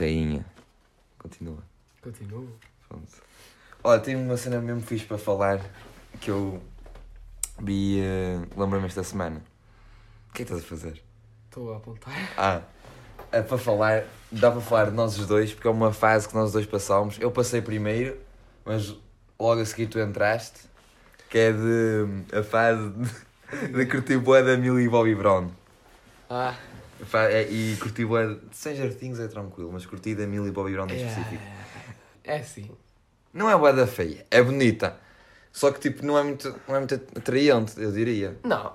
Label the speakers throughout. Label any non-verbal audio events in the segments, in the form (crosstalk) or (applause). Speaker 1: é
Speaker 2: Continuo.
Speaker 1: Pronto. Olha, tenho uma cena mesmo fixe para falar que eu vi. eh, Lembro-me esta semana. O que é que estás a fazer?
Speaker 2: Estou a apontar.
Speaker 1: Ah, é para falar. Dá para falar de nós os dois, porque é uma fase que nós dois passámos. Eu passei primeiro, mas logo a seguir tu entraste. Que é de. A fase de, de curtir bué da Millie Bobby Brown.
Speaker 2: Ah,
Speaker 1: Fa- é, E curti bué. Sem jartins é tranquilo, mas curti da Millie Bobby Brown em Tá específico.
Speaker 2: É assim.
Speaker 1: Não é boeda feia, é bonita. Só que tipo, não é muito, não é muito atraente, eu diria.
Speaker 2: Não.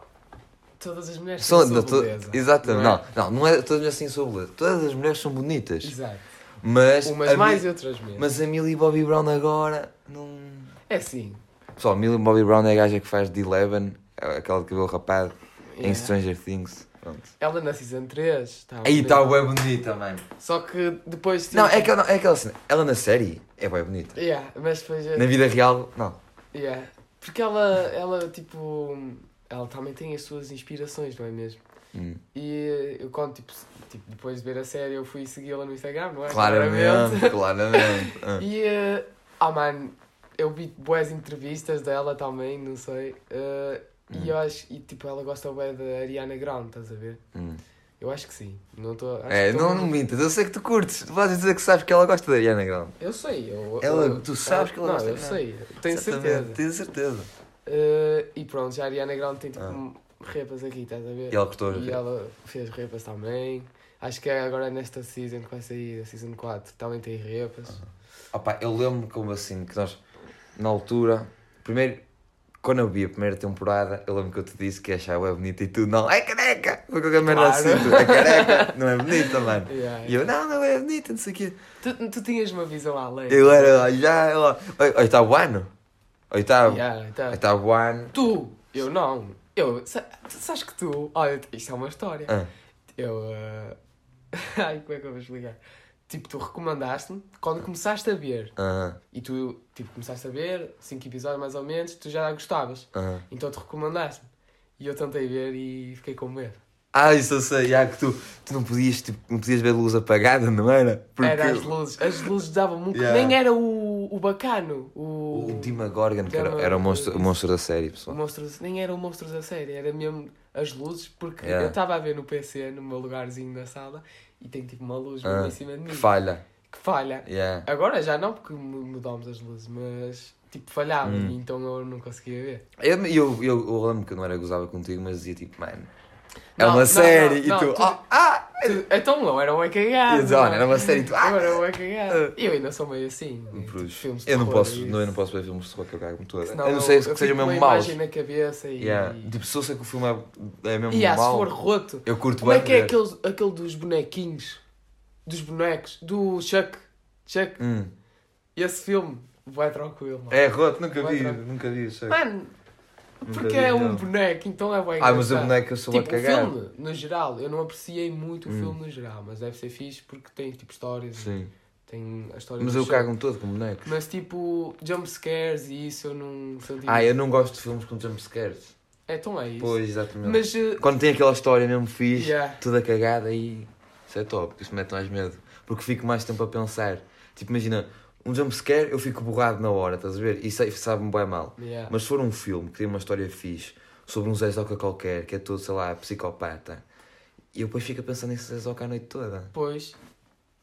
Speaker 2: Todas as mulheres
Speaker 1: São,
Speaker 2: têm
Speaker 1: não,
Speaker 2: sua
Speaker 1: to-
Speaker 2: beleza.
Speaker 1: exato,
Speaker 2: não é?
Speaker 1: não, não, não, é todas assim sua beleza. Todas as mulheres são bonitas.
Speaker 2: Exato.
Speaker 1: Mas
Speaker 2: Umas
Speaker 1: a
Speaker 2: mais
Speaker 1: Mi-
Speaker 2: e outras menos.
Speaker 1: mas a Millie Bobby Brown agora não.
Speaker 2: É assim.
Speaker 1: Pessoal, Millie Bobby Brown é a gaja que faz de Eleven, é aquela de cabelo rapado, em
Speaker 2: yeah.
Speaker 1: Stranger Things. Pronto.
Speaker 2: Ela na Season 3. Está
Speaker 1: Aí
Speaker 2: bonita.
Speaker 1: está bem bonita, mano.
Speaker 2: Só que depois. tipo,
Speaker 1: Não, é aquela, não, é aquela cena. Ela na série é bem bonita.
Speaker 2: Yeah, mas depois. é-
Speaker 1: Na vida real, não.
Speaker 2: Yeah. Porque ela, ela, tipo. Ela também tem as suas inspirações, não é mesmo?
Speaker 1: Hum.
Speaker 2: E eh, eu quando, tipo, se- tipo, depois de ver a série, eu fui segui-la no Instagram, não é?
Speaker 1: Claramente, claramente. Ah.
Speaker 2: E, eh, ah, mano, eu vi boas entrevistas dela também, não sei. eh,
Speaker 1: Ah. Hum.
Speaker 2: E eu acho, e tipo, ela gosta bem da Ariana Grande, estás a ver?
Speaker 1: Hum.
Speaker 2: Eu acho que sim. Não estou.
Speaker 1: É, não, não mintas, eu sei que tu curtes. Tu vais dizer que sabes que ela gosta da Ariana Grande.
Speaker 2: Eu sei, eu.
Speaker 1: Ela-
Speaker 2: eu-
Speaker 1: tu sabes que ela
Speaker 2: não,
Speaker 1: gosta
Speaker 2: eu
Speaker 1: de-
Speaker 2: sei, tenho
Speaker 1: Exatamente,
Speaker 2: certeza.
Speaker 1: Tenho certeza.
Speaker 2: Eh, e pronto, já a Ariana Grande tem tipo
Speaker 1: Ah.
Speaker 2: um- repas aqui, estás a ver?
Speaker 1: E ela gostou.
Speaker 2: E ela fez repas também. Acho que é agora nesta season que vai sair, a season 4, também tem repas.
Speaker 1: Ah. Opa, eu lembro-me como assim, que nós, na altura, primeiro, quando eu vi a primeira temporada, eu lembro que eu te disse que achava é bonita e tu não, é careca! Foi qualquer merda
Speaker 2: Claro.
Speaker 1: assim, tu, é careca, não é bonita, mano.
Speaker 2: Yeah,
Speaker 1: E eu, não, não é bonita, não sei o quê.
Speaker 2: Tu, tu tinhas uma visão além.
Speaker 1: Eu era, ó, já, ó, oi- oitavo ano? Oitavo,
Speaker 2: Yeah, então.
Speaker 1: oitavo ano.
Speaker 2: Tu! Eu não. Eu. sa- tu sabes que tu. Olha, isto é uma história.
Speaker 1: Ah,
Speaker 2: Eu. ah, (laughs) Ai, como é que eu vou explicar? Tipo, tu recomendaste-me quando começaste a ver.
Speaker 1: ah,
Speaker 2: E tu, tipo, começaste a ver, cinco episódios mais ou menos, tu já gostavas.
Speaker 1: ah.
Speaker 2: Então tu recomendaste-me. E eu tentei ver e fiquei com medo.
Speaker 1: Ah, isso eu sei, já que tu, tu não podias, tipo, não podias ver a luz apagada, não era?
Speaker 2: Era as luzes. As luzes davam muito.
Speaker 1: Yeah.
Speaker 2: Nem era o, o bacano. O,
Speaker 1: O Dimagorgon, que era,
Speaker 2: Dema-
Speaker 1: era o, monstro, o monstro da série,
Speaker 2: o
Speaker 1: pessoal.
Speaker 2: monstros. Nem era o monstros a série, era mesmo as luzes, porque
Speaker 1: Yeah.
Speaker 2: eu estava a ver no PC, no meu lugarzinho na sala, e tem tipo uma luz
Speaker 1: Ah,
Speaker 2: mesmo em cima de mim.
Speaker 1: Que falha.
Speaker 2: que falha.
Speaker 1: Yeah.
Speaker 2: Agora já não, porque mu- mudámos as luzes, mas tipo falhava,
Speaker 1: Hum.
Speaker 2: e então eu não conseguia ver.
Speaker 1: Eu, eu, eu, eu lembro que eu não era gozava contigo, mas dizia tipo, mano, é
Speaker 2: Não,
Speaker 1: uma
Speaker 2: não,
Speaker 1: série
Speaker 2: não,
Speaker 1: e
Speaker 2: não,
Speaker 1: tu.
Speaker 2: tu-
Speaker 1: "Oh, ah!
Speaker 2: Tu- Então não, era um é cagado.
Speaker 1: Exato,
Speaker 2: não é?
Speaker 1: era uma série e tu.
Speaker 2: Eu
Speaker 1: Ah!
Speaker 2: era um é cagado. Eu ainda sou meio assim. né? Tipo,
Speaker 1: Cruz.
Speaker 2: filmes de
Speaker 1: Eu não
Speaker 2: terror
Speaker 1: posso,
Speaker 2: e
Speaker 1: não, eu não
Speaker 2: isso.
Speaker 1: posso ver filmes de terror que eu cago-me toda. Eu
Speaker 2: Senão
Speaker 1: não sei se
Speaker 2: eu
Speaker 1: que sejam
Speaker 2: fico com
Speaker 1: mesmo
Speaker 2: uma
Speaker 1: maus.
Speaker 2: imagem na cabeça e.
Speaker 1: Yeah. Tipo, se eu sei que o filme é, é mesmo
Speaker 2: E ah, se
Speaker 1: mau,
Speaker 2: for roto.
Speaker 1: eu curto
Speaker 2: Como é
Speaker 1: bem
Speaker 2: que é
Speaker 1: ver.
Speaker 2: aquele, aquele dos bonequinhos? Dos bonecos? Do Chuck. Chuck.
Speaker 1: Hum.
Speaker 2: Esse filme vai tranquilo, mano.
Speaker 1: É, roto, nunca
Speaker 2: Vai
Speaker 1: vi,
Speaker 2: entrar.
Speaker 1: nunca vi, sei.
Speaker 2: Mano,
Speaker 1: Nunca
Speaker 2: porque
Speaker 1: vi,
Speaker 2: é um
Speaker 1: não.
Speaker 2: boneco, então é bem
Speaker 1: Ah, mas o
Speaker 2: engraçado.
Speaker 1: boneco eu sou
Speaker 2: Tipo,
Speaker 1: a
Speaker 2: o
Speaker 1: cagar.
Speaker 2: filme, no geral, eu não apreciei muito o
Speaker 1: Hum.
Speaker 2: filme no geral, mas deve ser fixe porque tem tipo histórias,
Speaker 1: Sim.
Speaker 2: tem a história
Speaker 1: Mas
Speaker 2: do
Speaker 1: eu
Speaker 2: show.
Speaker 1: cago-me todo com bonecos.
Speaker 2: Mas tipo, jump scares e isso eu não senti.
Speaker 1: Ah, eu não gosto de filmes com jumpscares.
Speaker 2: É, então é isso.
Speaker 1: Pois, exatamente.
Speaker 2: Mas, eh,
Speaker 1: Quando tem aquela história mesmo fixe,
Speaker 2: Yeah.
Speaker 1: toda cagada, aí isso é top, porque isso mete mais medo. Porque fico mais tempo a pensar. Tipo, imagina, um jumpscare eu fico borrado na hora, estás a ver? E sei- sabe-me bem mal.
Speaker 2: yeah.
Speaker 1: Mas se for um filme que tem uma história fixe sobre um Zé Zoca qualquer, que é todo, sei lá, psicopata, e eu depois fico a pensar nesse Zé Zoca a noite toda.
Speaker 2: Pois,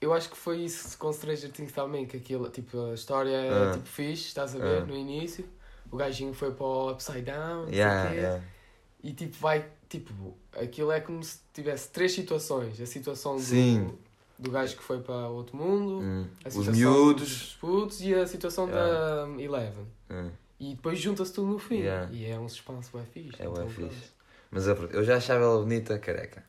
Speaker 2: eu acho que foi isso com Stranger Things também, que aquilo, tipo, a história
Speaker 1: Ah.
Speaker 2: é tipo fixe, estás a ver,
Speaker 1: Ah.
Speaker 2: no início. O gajinho foi para o Upside Down, não sei o
Speaker 1: Yeah,
Speaker 2: quê,
Speaker 1: yeah.
Speaker 2: e tipo, vai, tipo, aquilo é como se tivesse três situações. A situação
Speaker 1: Sim.
Speaker 2: do, do gajo que foi para outro mundo,
Speaker 1: Hum.
Speaker 2: a
Speaker 1: Os
Speaker 2: situação
Speaker 1: miúdos.
Speaker 2: dos putos e a situação da um, Eleven.
Speaker 1: Hum.
Speaker 2: E depois junta-se tudo no fim.
Speaker 1: Yeah.
Speaker 2: E é um suspense bem fixe.
Speaker 1: É bué
Speaker 2: então,
Speaker 1: fixe.
Speaker 2: pronto.
Speaker 1: Mas eu, eu já achava ela bonita, careca.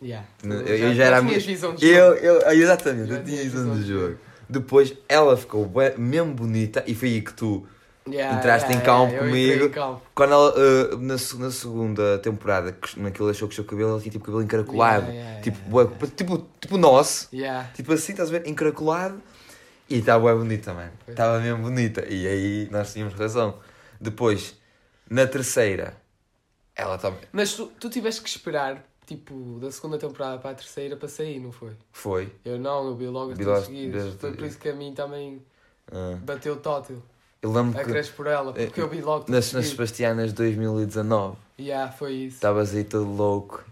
Speaker 2: Yeah.
Speaker 1: Eu-
Speaker 2: Tu
Speaker 1: eu já era
Speaker 2: tinhas
Speaker 1: muito-
Speaker 2: visão de
Speaker 1: Eu,
Speaker 2: jogo.
Speaker 1: eu, ah, exatamente,
Speaker 2: Já
Speaker 1: eu tinha
Speaker 2: tinha
Speaker 1: visão
Speaker 2: visão
Speaker 1: do
Speaker 2: de
Speaker 1: jogo. Depois ela ficou bué- mesmo bonita e foi aí que tu,
Speaker 2: Yeah,
Speaker 1: entraste em campo
Speaker 2: eu entrei em
Speaker 1: comigo.
Speaker 2: campo.
Speaker 1: quando ela, eh, na, se- na segunda temporada, que, naquilo achou que o seu cabelo ela tinha tipo cabelo encaracolado,
Speaker 2: Yeah, yeah,
Speaker 1: tipo,
Speaker 2: yeah,
Speaker 1: bué- tipo, tipo nosso,
Speaker 2: Yeah.
Speaker 1: tipo assim, estás a ver, encaracolado e estava bué bonita, mano.
Speaker 2: Pois.
Speaker 1: Estava mesmo bonita e aí nós tínhamos razão. Depois, na terceira, ela também.
Speaker 2: Mas tu, tu tiveste que esperar tipo, da segunda temporada para a terceira para sair, não foi?
Speaker 1: Foi.
Speaker 2: Eu não, eu vi logo as
Speaker 1: Vi
Speaker 2: duas
Speaker 1: logo-
Speaker 2: seguidas.
Speaker 1: vi-
Speaker 2: Foi por isso que a mim também
Speaker 1: Ah.
Speaker 2: bateu tótil.
Speaker 1: Eu lembro
Speaker 2: A
Speaker 1: que
Speaker 2: crescer por ela, porque eu vi logo tudo
Speaker 1: é, nas, Tá, nas
Speaker 2: seguido.
Speaker 1: Sebastianas 2019
Speaker 2: Yeah, foi isso.
Speaker 1: estavas aí todo louco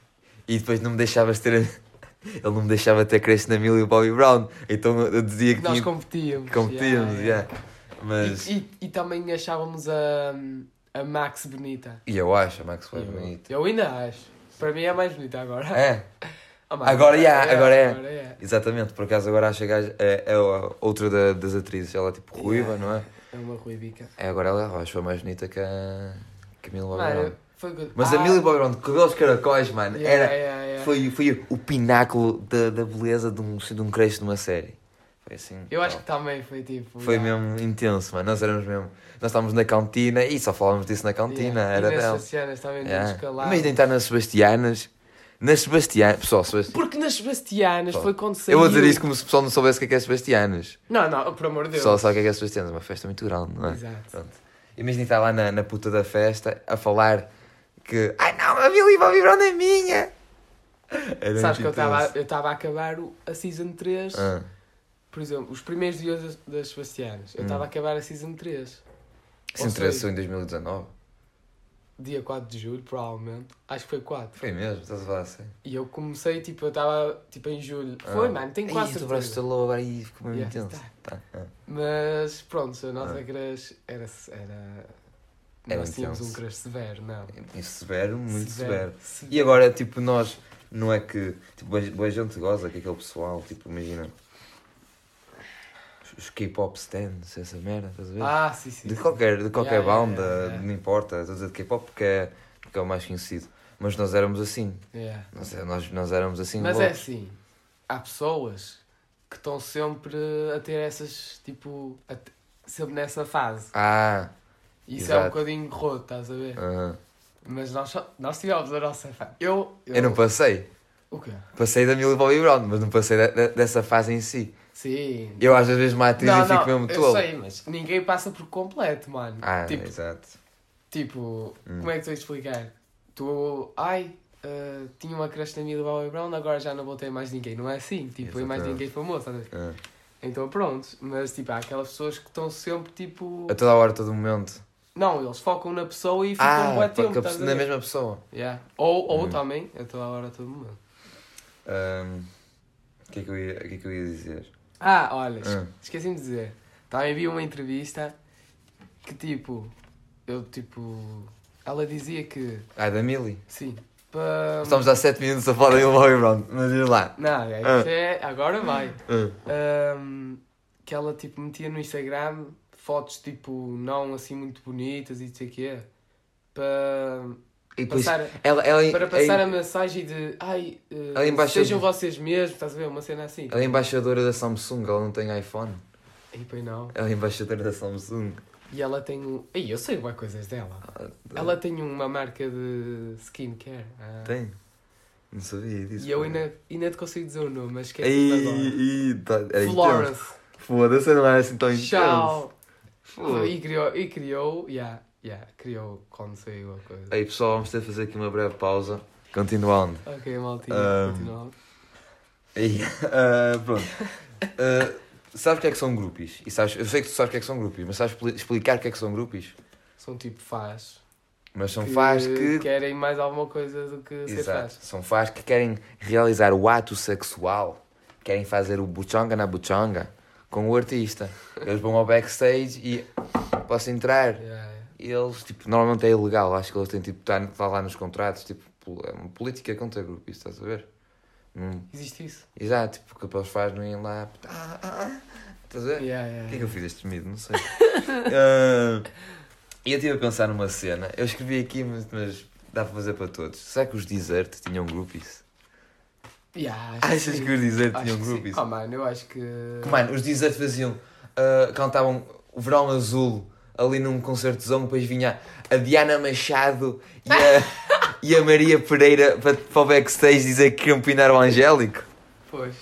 Speaker 1: e depois não me deixavas ter. (laughs) Ele não me deixava ter crush na Millie e o Bobby Brown. Então eu dizia que
Speaker 2: Nós
Speaker 1: tinha-
Speaker 2: competíamos.
Speaker 1: competíamos, yeah. Mas.
Speaker 2: E, e, e também achávamos a, a Max bonita.
Speaker 1: E eu acho, a Max foi
Speaker 2: Eu-
Speaker 1: bonito.
Speaker 2: Eu ainda acho. Para mim é a mais bonita agora. (laughs)
Speaker 1: É,
Speaker 2: A Max.
Speaker 1: Agora, yeah, agora é.
Speaker 2: Agora é.
Speaker 1: exatamente. Por acaso agora acho que a gaja- é, é a outra da- das atrizes. Ela é tipo ruiva,
Speaker 2: Yeah.
Speaker 1: não é?
Speaker 2: É uma ruibica.
Speaker 1: É, agora ela eu acho que foi mais bonita que a, que a Millie Bobby Brown.
Speaker 2: Mano, foi good.
Speaker 1: Mas a
Speaker 2: Ah,
Speaker 1: Millie Bobby Brown de cabelos caracóis, mano,
Speaker 2: yeah,
Speaker 1: era,
Speaker 2: yeah, yeah.
Speaker 1: Foi, foi o pináculo da, da beleza de um, de um crush de uma série. Foi assim.
Speaker 2: Eu acho
Speaker 1: pá.
Speaker 2: que também foi tipo.
Speaker 1: Foi
Speaker 2: yeah.
Speaker 1: mesmo intenso, mano. Nós éramos mesmo. Nós estávamos na cantina e só falávamos disso na cantina.
Speaker 2: Yeah. assim um
Speaker 1: Era
Speaker 2: e
Speaker 1: dela.
Speaker 2: nessas cenas também nos
Speaker 1: Yeah. tá-
Speaker 2: escalaram.
Speaker 1: Imaginem estar nas Sebastianas. Nas Sebastianas. Pessoal, Sebastianas.
Speaker 2: Porque nas Sebastianas
Speaker 1: Só.
Speaker 2: foi quando saiu.
Speaker 1: Eu vou dizer isto como se o pessoal não soubesse o que é que é Sebastianas.
Speaker 2: Não, não, por
Speaker 1: O
Speaker 2: amor de Deus.
Speaker 1: pessoal sabe o que é que é Sebastianas. É uma festa muito grande, não é?
Speaker 2: Exato.
Speaker 1: Imaginem estar lá na, na puta da festa a falar que. Ai não, a Billy Bobby Brown é minha! Era
Speaker 2: Sabes que eu
Speaker 1: muito
Speaker 2: estava
Speaker 1: intenso.
Speaker 2: eu estava a acabar o- a Season 3.
Speaker 1: Ah.
Speaker 2: Por exemplo, os primeiros dias das- das Sebastianas. Eu
Speaker 1: Hum.
Speaker 2: estava a acabar a Season 3.
Speaker 1: Se
Speaker 2: Ou
Speaker 1: interessou em 2019.
Speaker 2: Dia 4 de julho, provavelmente. Acho que foi 4.
Speaker 1: Foi mesmo, estás a falar assim.
Speaker 2: E eu comecei, tipo, eu estava tipo, em julho. Foi, mano, tenho quase
Speaker 1: Ah. Ih, o teu braço
Speaker 2: certeza.
Speaker 1: estalou agora e ficou mesmo
Speaker 2: Yeah,
Speaker 1: intenso.
Speaker 2: tá.
Speaker 1: Tá, ah.
Speaker 2: Mas pronto, a nossa
Speaker 1: Ah.
Speaker 2: crush era. era...
Speaker 1: Era
Speaker 2: Nós tínhamos
Speaker 1: intenso.
Speaker 2: um crush severo, não.
Speaker 1: E severo, muito severo.
Speaker 2: severo.
Speaker 1: E agora, tipo, nós, não é que. Tipo, boa- boa gente goza com aquele pessoal, tipo, imagina. os- Os K-pop stands, essa merda, estás a ver?
Speaker 2: Ah, sim, sim.
Speaker 1: de
Speaker 2: sim.
Speaker 1: qualquer, de qualquer
Speaker 2: Yeah, yeah,
Speaker 1: banda,
Speaker 2: yeah, yeah.
Speaker 1: não importa, estou a dizer de K-pop porque é, porque é o mais conhecido. Mas nós éramos assim,
Speaker 2: Yeah.
Speaker 1: nós, nós, nós éramos assim.
Speaker 2: Mas é
Speaker 1: loucos.
Speaker 2: assim, há pessoas que estão sempre a ter essas, tipo, a te- sempre nessa fase.
Speaker 1: Ah,
Speaker 2: Isso é um
Speaker 1: Exato.
Speaker 2: bocadinho roto, estás a ver?
Speaker 1: aham.
Speaker 2: Mas nós, só- nós tivemos a nossa fase. Eu,
Speaker 1: eu não passei.
Speaker 2: O quê?
Speaker 1: Passei da Millie Bobby Brown, mas não passei da- da- dessa fase em si.
Speaker 2: Sim.
Speaker 1: Eu às vezes mato e fico mesmo
Speaker 2: eu
Speaker 1: tolo.
Speaker 2: sei, mas ninguém passa por completo, mano.
Speaker 1: Ah,
Speaker 2: tipo,
Speaker 1: exato.
Speaker 2: tipo
Speaker 1: Hum.
Speaker 2: como é que tu vais explicar? Tu, ai, ah, tinha uma crush na Millie Bobby Brown, agora já não vou ter mais ninguém. Não é assim, tipo, foi mais
Speaker 1: Exatamente.
Speaker 2: ninguém famoso, estás a ver?
Speaker 1: Ah.
Speaker 2: Então pronto, mas tipo, há aquelas pessoas que estão sempre tipo.
Speaker 1: A toda hora, a todo momento.
Speaker 2: Não, eles focam na pessoa e ficam
Speaker 1: Ah,
Speaker 2: um bom
Speaker 1: porque
Speaker 2: tempo.
Speaker 1: a
Speaker 2: estás
Speaker 1: pessoa-
Speaker 2: a
Speaker 1: na
Speaker 2: ver?
Speaker 1: mesma pessoa.
Speaker 2: Yeah. Ou, ou
Speaker 1: Hum.
Speaker 2: também, a toda hora, a todo mundo.
Speaker 1: Ahm, O que, é que eu ia- o que é que eu ia dizer?
Speaker 2: Ah, olha, es-
Speaker 1: Ah.
Speaker 2: esqueci-me de dizer. Também vi uma entrevista que tipo. Eu tipo. Ela dizia que.
Speaker 1: Ah, da Millie.
Speaker 2: Sim. Para.
Speaker 1: Estamos há 7 minutos a falar da Millie Bobby Brown, mas diz lá.
Speaker 2: Não, é,
Speaker 1: Ah.
Speaker 2: isto é- agora vai.
Speaker 1: Ah,
Speaker 2: Ahm, que ela tipo metia no Instagram fotos tipo não assim muito bonitas e não sei o quê. Para.
Speaker 1: E depois,
Speaker 2: Passar...
Speaker 1: ela, ela,
Speaker 2: Para passar
Speaker 1: é-
Speaker 2: a mensagem de ai, eh,
Speaker 1: Ali embaixo
Speaker 2: sejam
Speaker 1: eu-
Speaker 2: vocês mesmos, estás a ver? Uma cena assim.
Speaker 1: ela é embaixadora da Samsung, ela não tem iPhone.
Speaker 2: E pois não.
Speaker 1: Ela é embaixadora da Samsung.
Speaker 2: E ela tem um. Ei, eu sei boas coisas dela.
Speaker 1: Ah,
Speaker 2: Ela tem uma marca de skincare. ah.
Speaker 1: tem. Não sabia disso.
Speaker 2: E eu
Speaker 1: pá.
Speaker 2: ainda, ainda te consigo dizer o nome, mas que é agora.
Speaker 1: Ei, ei, tá, era intenso.
Speaker 2: Florence.
Speaker 1: Foda-se, não era assim tão intenso.
Speaker 2: Tchau.
Speaker 1: Fogo.
Speaker 2: E criou, e criou, yeah, yeah, criou quando saiu a coisa.
Speaker 1: Aí pessoal, vamos ter de fazer aqui uma breve pausa. Continuando.
Speaker 2: Ok, maltinha,
Speaker 1: Ahm.
Speaker 2: continua.
Speaker 1: Aí, (laughs) ah, pronto. Ah, sabes o que é que são grupos? E sabes, eu sei que tu sabes o que é que são grupos, mas sabes pli- explicar o que é que são grupos?
Speaker 2: São tipo faz.
Speaker 1: Mas são fás que.
Speaker 2: Querem mais alguma coisa do que ser
Speaker 1: Exato.
Speaker 2: faz.
Speaker 1: São fás que querem realizar o ato sexual, querem fazer o buchonga na buchonga com o artista. Eles vão ao backstage e posso entrar.
Speaker 2: Yeah, yeah.
Speaker 1: E eles, tipo, normalmente é ilegal, acho que eles têm, tipo, tá, tá lá nos contratos, tipo, pol- é uma política contra grupos, estás a ver? Hum.
Speaker 2: Existe isso?
Speaker 1: Exato, tipo, que eles fazem não iam lá. Ah, ah, ah. Estás a ver?
Speaker 2: Yeah,
Speaker 1: O
Speaker 2: yeah,
Speaker 1: que é que eu fiz este medo? Não sei. (laughs) Ah, E eu estive a pensar numa cena. Eu escrevi aqui, mas, mas dá para fazer para todos. Será que os Desert tinham groupies?
Speaker 2: Yeah, acho
Speaker 1: Achas
Speaker 2: sim.
Speaker 1: que os Desert
Speaker 2: Acho
Speaker 1: tinham
Speaker 2: que sim.
Speaker 1: groupies?
Speaker 2: Ah, mano, eu acho que.
Speaker 1: Que, Mano, os Desert faziam. ah, cantavam o Verão Azul ali num concertozão. Depois vinha a Diana Machado e
Speaker 2: (laughs)
Speaker 1: a, e a Maria Pereira para, para o backstage dizer que queriam pinar o Angélico.
Speaker 2: Pois.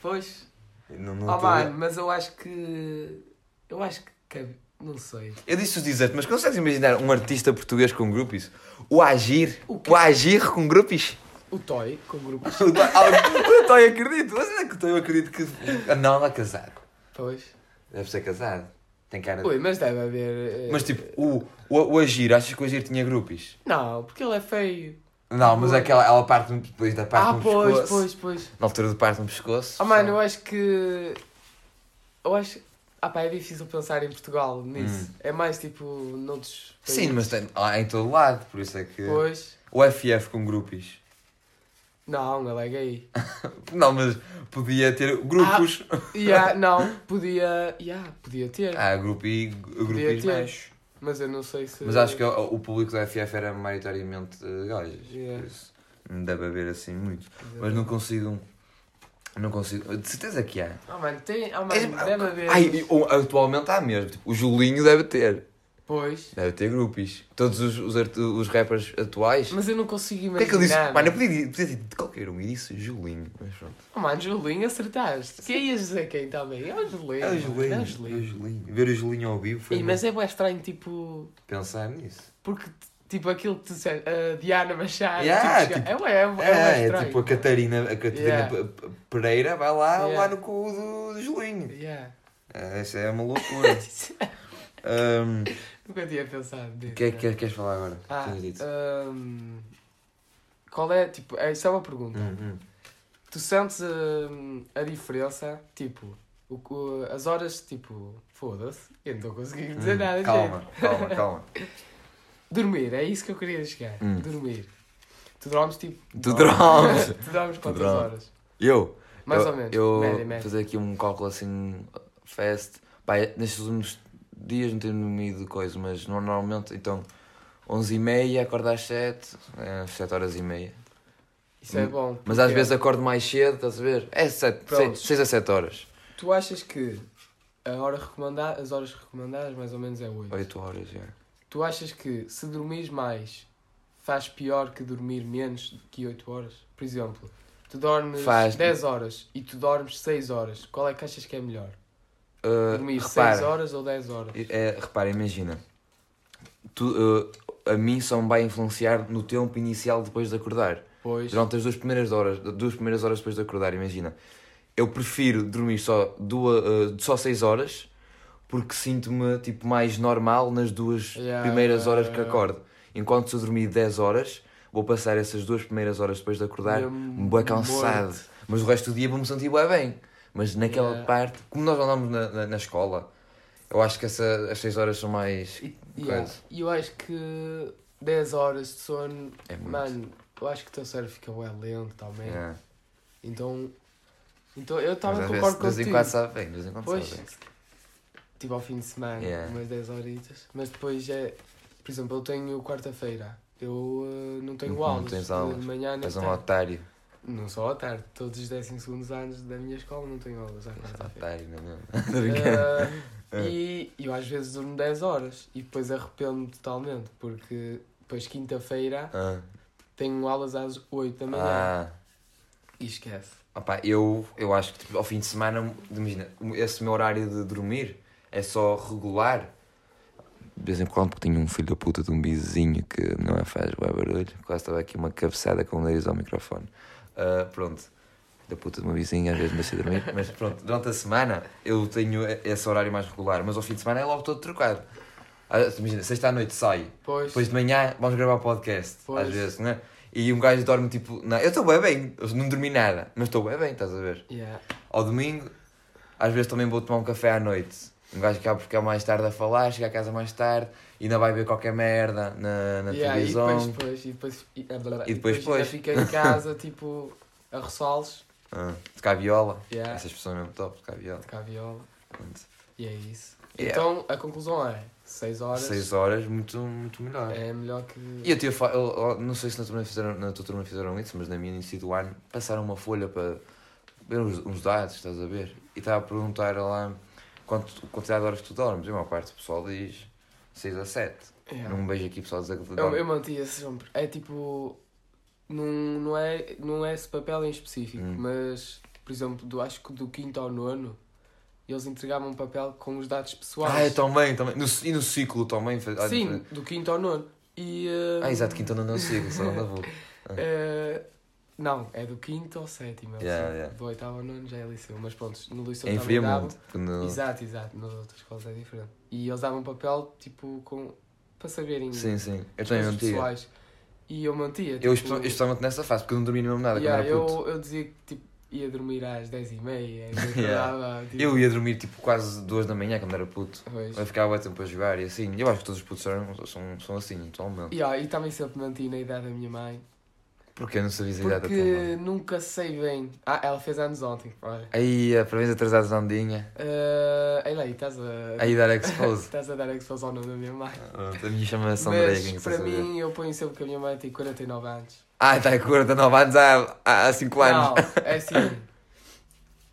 Speaker 2: Pois.
Speaker 1: Não, não
Speaker 2: Ah,
Speaker 1: estou a ver.
Speaker 2: mano, mas eu acho que. Eu acho que. cabe- Não sei.
Speaker 1: Eu disse o dizer mas consegues imaginar um artista português com groupies? O Agir?
Speaker 2: O
Speaker 1: O,
Speaker 2: quê?
Speaker 1: Agir com groupies?
Speaker 2: O Toy, com grupos.
Speaker 1: O Toy- (laughs) ah, o Toy acredito. Mas é que o Toy eu acredito que. Ah, Não, não é casado.
Speaker 2: Pois.
Speaker 1: Deve ser casado. Tem cara de.
Speaker 2: Ui, mas deve haver. eh,
Speaker 1: É. Mas tipo, o, o, o Agir, achas que o Agir tinha grupos?
Speaker 2: Não, porque ele é feio.
Speaker 1: Não, mas aquela ela parte no- depois da parte
Speaker 2: ah,
Speaker 1: no
Speaker 2: pois,
Speaker 1: um pescoço.
Speaker 2: pois, pois.
Speaker 1: Na altura do parte no pescoço.
Speaker 2: Ah, mano, eu acho que. Eu acho. Ah, pá, é difícil pensar em Portugal nisso. É mais tipo noutros. países.
Speaker 1: Hum. Sim, mas tem, ah, em todo lado, por isso é que.
Speaker 2: Pois.
Speaker 1: O FF com grupos.
Speaker 2: Não, ele é
Speaker 1: (laughs)
Speaker 2: gay.
Speaker 1: Não, mas podia ter
Speaker 2: Ah.
Speaker 1: grupos.
Speaker 2: Yeah, não, podia. Yeah, podia ter.
Speaker 1: Ah, grupo e grupos
Speaker 2: ter.
Speaker 1: mais.
Speaker 2: Mas eu não sei se.
Speaker 1: Mas acho que o, o público do FF era maioritariamente eh, gajas.
Speaker 2: Yeah.
Speaker 1: Por isso não deve haver assim muito. Mas não consigo. Não consigo. De certeza que há.
Speaker 2: Ah, mano, tem. Ah,
Speaker 1: É,
Speaker 2: mano, deve haver.
Speaker 1: Ai, e- ou- atualmente há mesmo. Tipo, o Julinho deve ter.
Speaker 2: Pois.
Speaker 1: Deve ter grupos. Todos os, os, art- os rappers atuais.
Speaker 2: Mas eu não consigo
Speaker 1: O
Speaker 2: imaginar.
Speaker 1: que é que ele disse? Mano, eu podia, podia dizer de qualquer um e disse Julinho. Mas pronto.
Speaker 2: Oh, mano, Julinho, acertaste. Que ias dizer quem também? É o Julinho.
Speaker 1: É o
Speaker 2: mano,
Speaker 1: Julinho.
Speaker 2: É o
Speaker 1: é o
Speaker 2: Julinho.
Speaker 1: Julinho. Ver o Julinho ao vivo foi
Speaker 2: Ih, mas é bem estranho, tipo.
Speaker 1: bom pensar nisso.
Speaker 2: Porque, tipo, aquilo que tu disseste, a Diana Machado.
Speaker 1: Yeah,
Speaker 2: tipo,
Speaker 1: tipo-
Speaker 2: é, bué- é, bué- é, bué
Speaker 1: É, é
Speaker 2: estranho.
Speaker 1: tipo a Catarina, a Catarina
Speaker 2: Yeah.
Speaker 1: P- P- Pereira vai lá,
Speaker 2: Yeah.
Speaker 1: lá no cu do, do Julinho.
Speaker 2: Yeah. (laughs)
Speaker 1: É, Isso é uma (laughs) loucura. Ahm,
Speaker 2: Nunca tinha pensado
Speaker 1: O
Speaker 2: nisso.
Speaker 1: que é
Speaker 2: né?
Speaker 1: que queres falar agora? O que
Speaker 2: Ah,
Speaker 1: tinhas dito?
Speaker 2: hum, qual é, tipo, é, isto é uma pergunta.
Speaker 1: Hum, hum.
Speaker 2: Tu sentes hum, a diferença, tipo, o, o- as horas, tipo, foda-se, eu não estou conseguindo dizer
Speaker 1: Hum,
Speaker 2: nada. gente.
Speaker 1: Calma, calma, calma.
Speaker 2: Dormir, é isso que eu queria chegar.
Speaker 1: Hum.
Speaker 2: Dormir. Tu dormes, tipo...
Speaker 1: (laughs)
Speaker 2: (laughs)
Speaker 1: Tu drones!
Speaker 2: tu dormes quantas
Speaker 1: dormes.
Speaker 2: horas?
Speaker 1: Eu!
Speaker 2: Mais
Speaker 1: eu,
Speaker 2: ou menos.
Speaker 1: Eu
Speaker 2: média, média.
Speaker 1: fazer aqui um cálculo assim fast. Pá, é, nestes últimos dias não tenho dormido coisa, mas normalmente então 11h30, acordo às 7, é, 7 horas e meia.
Speaker 2: Isso é bom.
Speaker 1: Mas às
Speaker 2: porque-
Speaker 1: vezes acordo mais cedo, estás a ver? É 7,
Speaker 2: Pronto.
Speaker 1: 6, a 7 horas.
Speaker 2: Tu achas que a hora recomendada, as horas recomendadas mais ou menos é 8.
Speaker 1: 8 horas, já.
Speaker 2: Tu achas que se dormires mais faz pior que dormir menos que 8 horas? Por exemplo, tu dormes
Speaker 1: Faz.
Speaker 2: 10 horas e tu dormes 6 horas. Qual é que achas que é melhor?
Speaker 1: Uh,
Speaker 2: Dormir 6
Speaker 1: repara,
Speaker 2: horas ou 10 horas?
Speaker 1: é, repara, imagina. Tu, uh, a mim só me vai influenciar no tempo inicial depois de acordar.
Speaker 2: Pois.
Speaker 1: Durante as duas primeiras horas, duas primeiras horas depois de acordar, imagina. Eu prefiro dormir só, duas, eh, só 6 horas porque sinto-me tipo, mais normal nas duas
Speaker 2: Yeah,
Speaker 1: primeiras
Speaker 2: yeah,
Speaker 1: horas
Speaker 2: yeah,
Speaker 1: que
Speaker 2: yeah.
Speaker 1: acordo. Enquanto se eu dormir 10 horas, vou passar essas duas primeiras horas depois de acordar
Speaker 2: Mesmo
Speaker 1: Um bué cansado.
Speaker 2: morto.
Speaker 1: Mas o resto do dia vou-me sentir bué bem. Mas naquela
Speaker 2: Yeah.
Speaker 1: parte, como nós andamos na, na, na escola, eu acho que essa, as 6 horas são mais.
Speaker 2: E yeah.
Speaker 1: Coisa.
Speaker 2: E eu acho que 10 horas de sono,
Speaker 1: É muito.
Speaker 2: mano, eu acho que o teu cérebro fica bem lento também.
Speaker 1: Yeah.
Speaker 2: Então, então eu
Speaker 1: Mas
Speaker 2: também
Speaker 1: às vezes,
Speaker 2: concordo
Speaker 1: de vez em
Speaker 2: contigo.
Speaker 1: quando sabe bem. de vez em quando sabe
Speaker 2: Pois,
Speaker 1: bem.
Speaker 2: tipo ao fim de semana,
Speaker 1: Yeah.
Speaker 2: umas 10 horitas. Mas depois é, por exemplo, eu tenho quarta-feira, eu eh, não tenho
Speaker 1: Uhum, Não
Speaker 2: aulas,
Speaker 1: tens aulas.
Speaker 2: de manhã nem
Speaker 1: És um
Speaker 2: tarde.
Speaker 1: otário.
Speaker 2: Não só à tarde, todos os 12 segundos anos da minha escola não tenho aulas à quarta-feira.
Speaker 1: Otário, não é mesmo? (laughs)
Speaker 2: Eh,
Speaker 1: É.
Speaker 2: e eu às vezes durmo 10 horas e depois arrependo-me totalmente, porque depois quinta-feira
Speaker 1: Ah,
Speaker 2: tenho aulas às 8 da manhã
Speaker 1: ah.
Speaker 2: e esquece.
Speaker 1: Opá, eu, eu acho que tipo, ao fim de semana, imagina, esse meu horário de dormir é só regular. De vez em quando, porque tinha um filho da puta de um vizinho que não é faz bué barulho, quase estava aqui uma cabeçada com o nariz ao microfone. Ah, pronto, da puta de uma vizinha, às vezes me deixa dormir, (laughs) mas pronto, durante a semana eu tenho esse horário mais regular, mas ao fim de semana é logo todo trocado. Ah, imagina, sexta à noite sai
Speaker 2: Pois,
Speaker 1: Depois de manhã vamos gravar podcast,
Speaker 2: Pois.
Speaker 1: às vezes, né? E um gajo dorme tipo. Não, eu estou bem bem, eu não dormi nada, mas estou bem bem, estás a ver?
Speaker 2: yeah.
Speaker 1: Ao domingo, às vezes também vou tomar um café à noite. Um gajo acaba por ficar mais tarde a falar, chega a casa mais tarde e ainda vai ver qualquer merda na, na
Speaker 2: Yeah,
Speaker 1: televisão.
Speaker 2: E depois, depois, e depois,
Speaker 1: E depois,
Speaker 2: ainda
Speaker 1: pois.
Speaker 2: fica em
Speaker 1: (laughs)
Speaker 2: casa, tipo, a ressoles,
Speaker 1: Ah, tocar viola.
Speaker 2: yeah,
Speaker 1: Essas pessoas mesmo top, tocar viola.
Speaker 2: tocar viola,
Speaker 1: é Pronto.
Speaker 2: e é isso.
Speaker 1: Yeah.
Speaker 2: Então, a conclusão é, 6 horas
Speaker 1: Seis horas, muito, muito melhor.
Speaker 2: é melhor que...
Speaker 1: E eu, tive, fa- eu, eu não sei se na, turma fizeram, na tua turma fizeram isso, mas na minha, no início do ano, passaram uma folha para ver uns, uns dados, estás a ver? E estava a perguntar lá quanto, quantidade de horas tu dormes. E a maior parte do pessoal diz 6 a 7.
Speaker 2: Yeah.
Speaker 1: Não me vejo aqui pessoal a dizer que
Speaker 2: Eu, eu
Speaker 1: dorme.
Speaker 2: mantia sempre. É tipo, não, não, é, não é esse papel em específico,
Speaker 1: Hum.
Speaker 2: mas, por exemplo, do, acho que do 5 ao 9, eles entregavam um papel com os dados pessoais.
Speaker 1: Ah, eu também, também. No, e no ciclo também. faz- ah,
Speaker 2: Sim, do 5 ao 9. E...
Speaker 1: Ah,
Speaker 2: hum,
Speaker 1: exato, que então não é no ciclo, só não vou.
Speaker 2: Eh, Não, é do quinto ao sétimo. é o
Speaker 1: Yeah,
Speaker 2: liceu.
Speaker 1: yeah.
Speaker 2: Do oitavo ao nono já é liceu. Mas pronto, no liceu
Speaker 1: É em
Speaker 2: também davam-
Speaker 1: Friamonte. quando-
Speaker 2: Exato, exato. Nas outras escolas é diferente. E eles davam papel, tipo, com... para saberem
Speaker 1: Sim, sim. Eu também
Speaker 2: coisas
Speaker 1: mentia.
Speaker 2: pessoais. E eu mantia.
Speaker 1: Eu,
Speaker 2: tipo,
Speaker 1: espe- especialmente nessa fase, porque eu não dormia mesmo nada
Speaker 2: yeah,
Speaker 1: quando era puto.
Speaker 2: eu, eu dizia que tipo, ia dormir
Speaker 1: (laughs)
Speaker 2: às 10h30.
Speaker 1: Yeah. Eu... ia dormir tipo quase duas da manhã quando era puto.
Speaker 2: Pois.
Speaker 1: Eu ficava bué tempo a jogar e assim. Eu acho que todos os putos eram, são, são assim, atualmente.
Speaker 2: Yeah, e também sempre mantive na idade da minha mãe.
Speaker 1: Porque eu não sabia a idade da tua mãe.
Speaker 2: Porque nunca sei bem. Ah, ela fez anos ontem, olha.
Speaker 1: Aí, eh, a parabéns atrasados, Andinha.
Speaker 2: Ah, Ei, Lei, estás a.
Speaker 1: Aí, dar
Speaker 2: (laughs)
Speaker 1: expose.
Speaker 2: Estás a dar exposição ao nome da minha mãe.
Speaker 1: Pronto, a Ah, minha chama-se André, quem
Speaker 2: Mas
Speaker 1: quiser
Speaker 2: para
Speaker 1: saber.
Speaker 2: mim, eu ponho sempre que a minha mãe tem 49 anos.
Speaker 1: Ah, está com 49 anos há- há 5 anos.
Speaker 2: Não, é assim.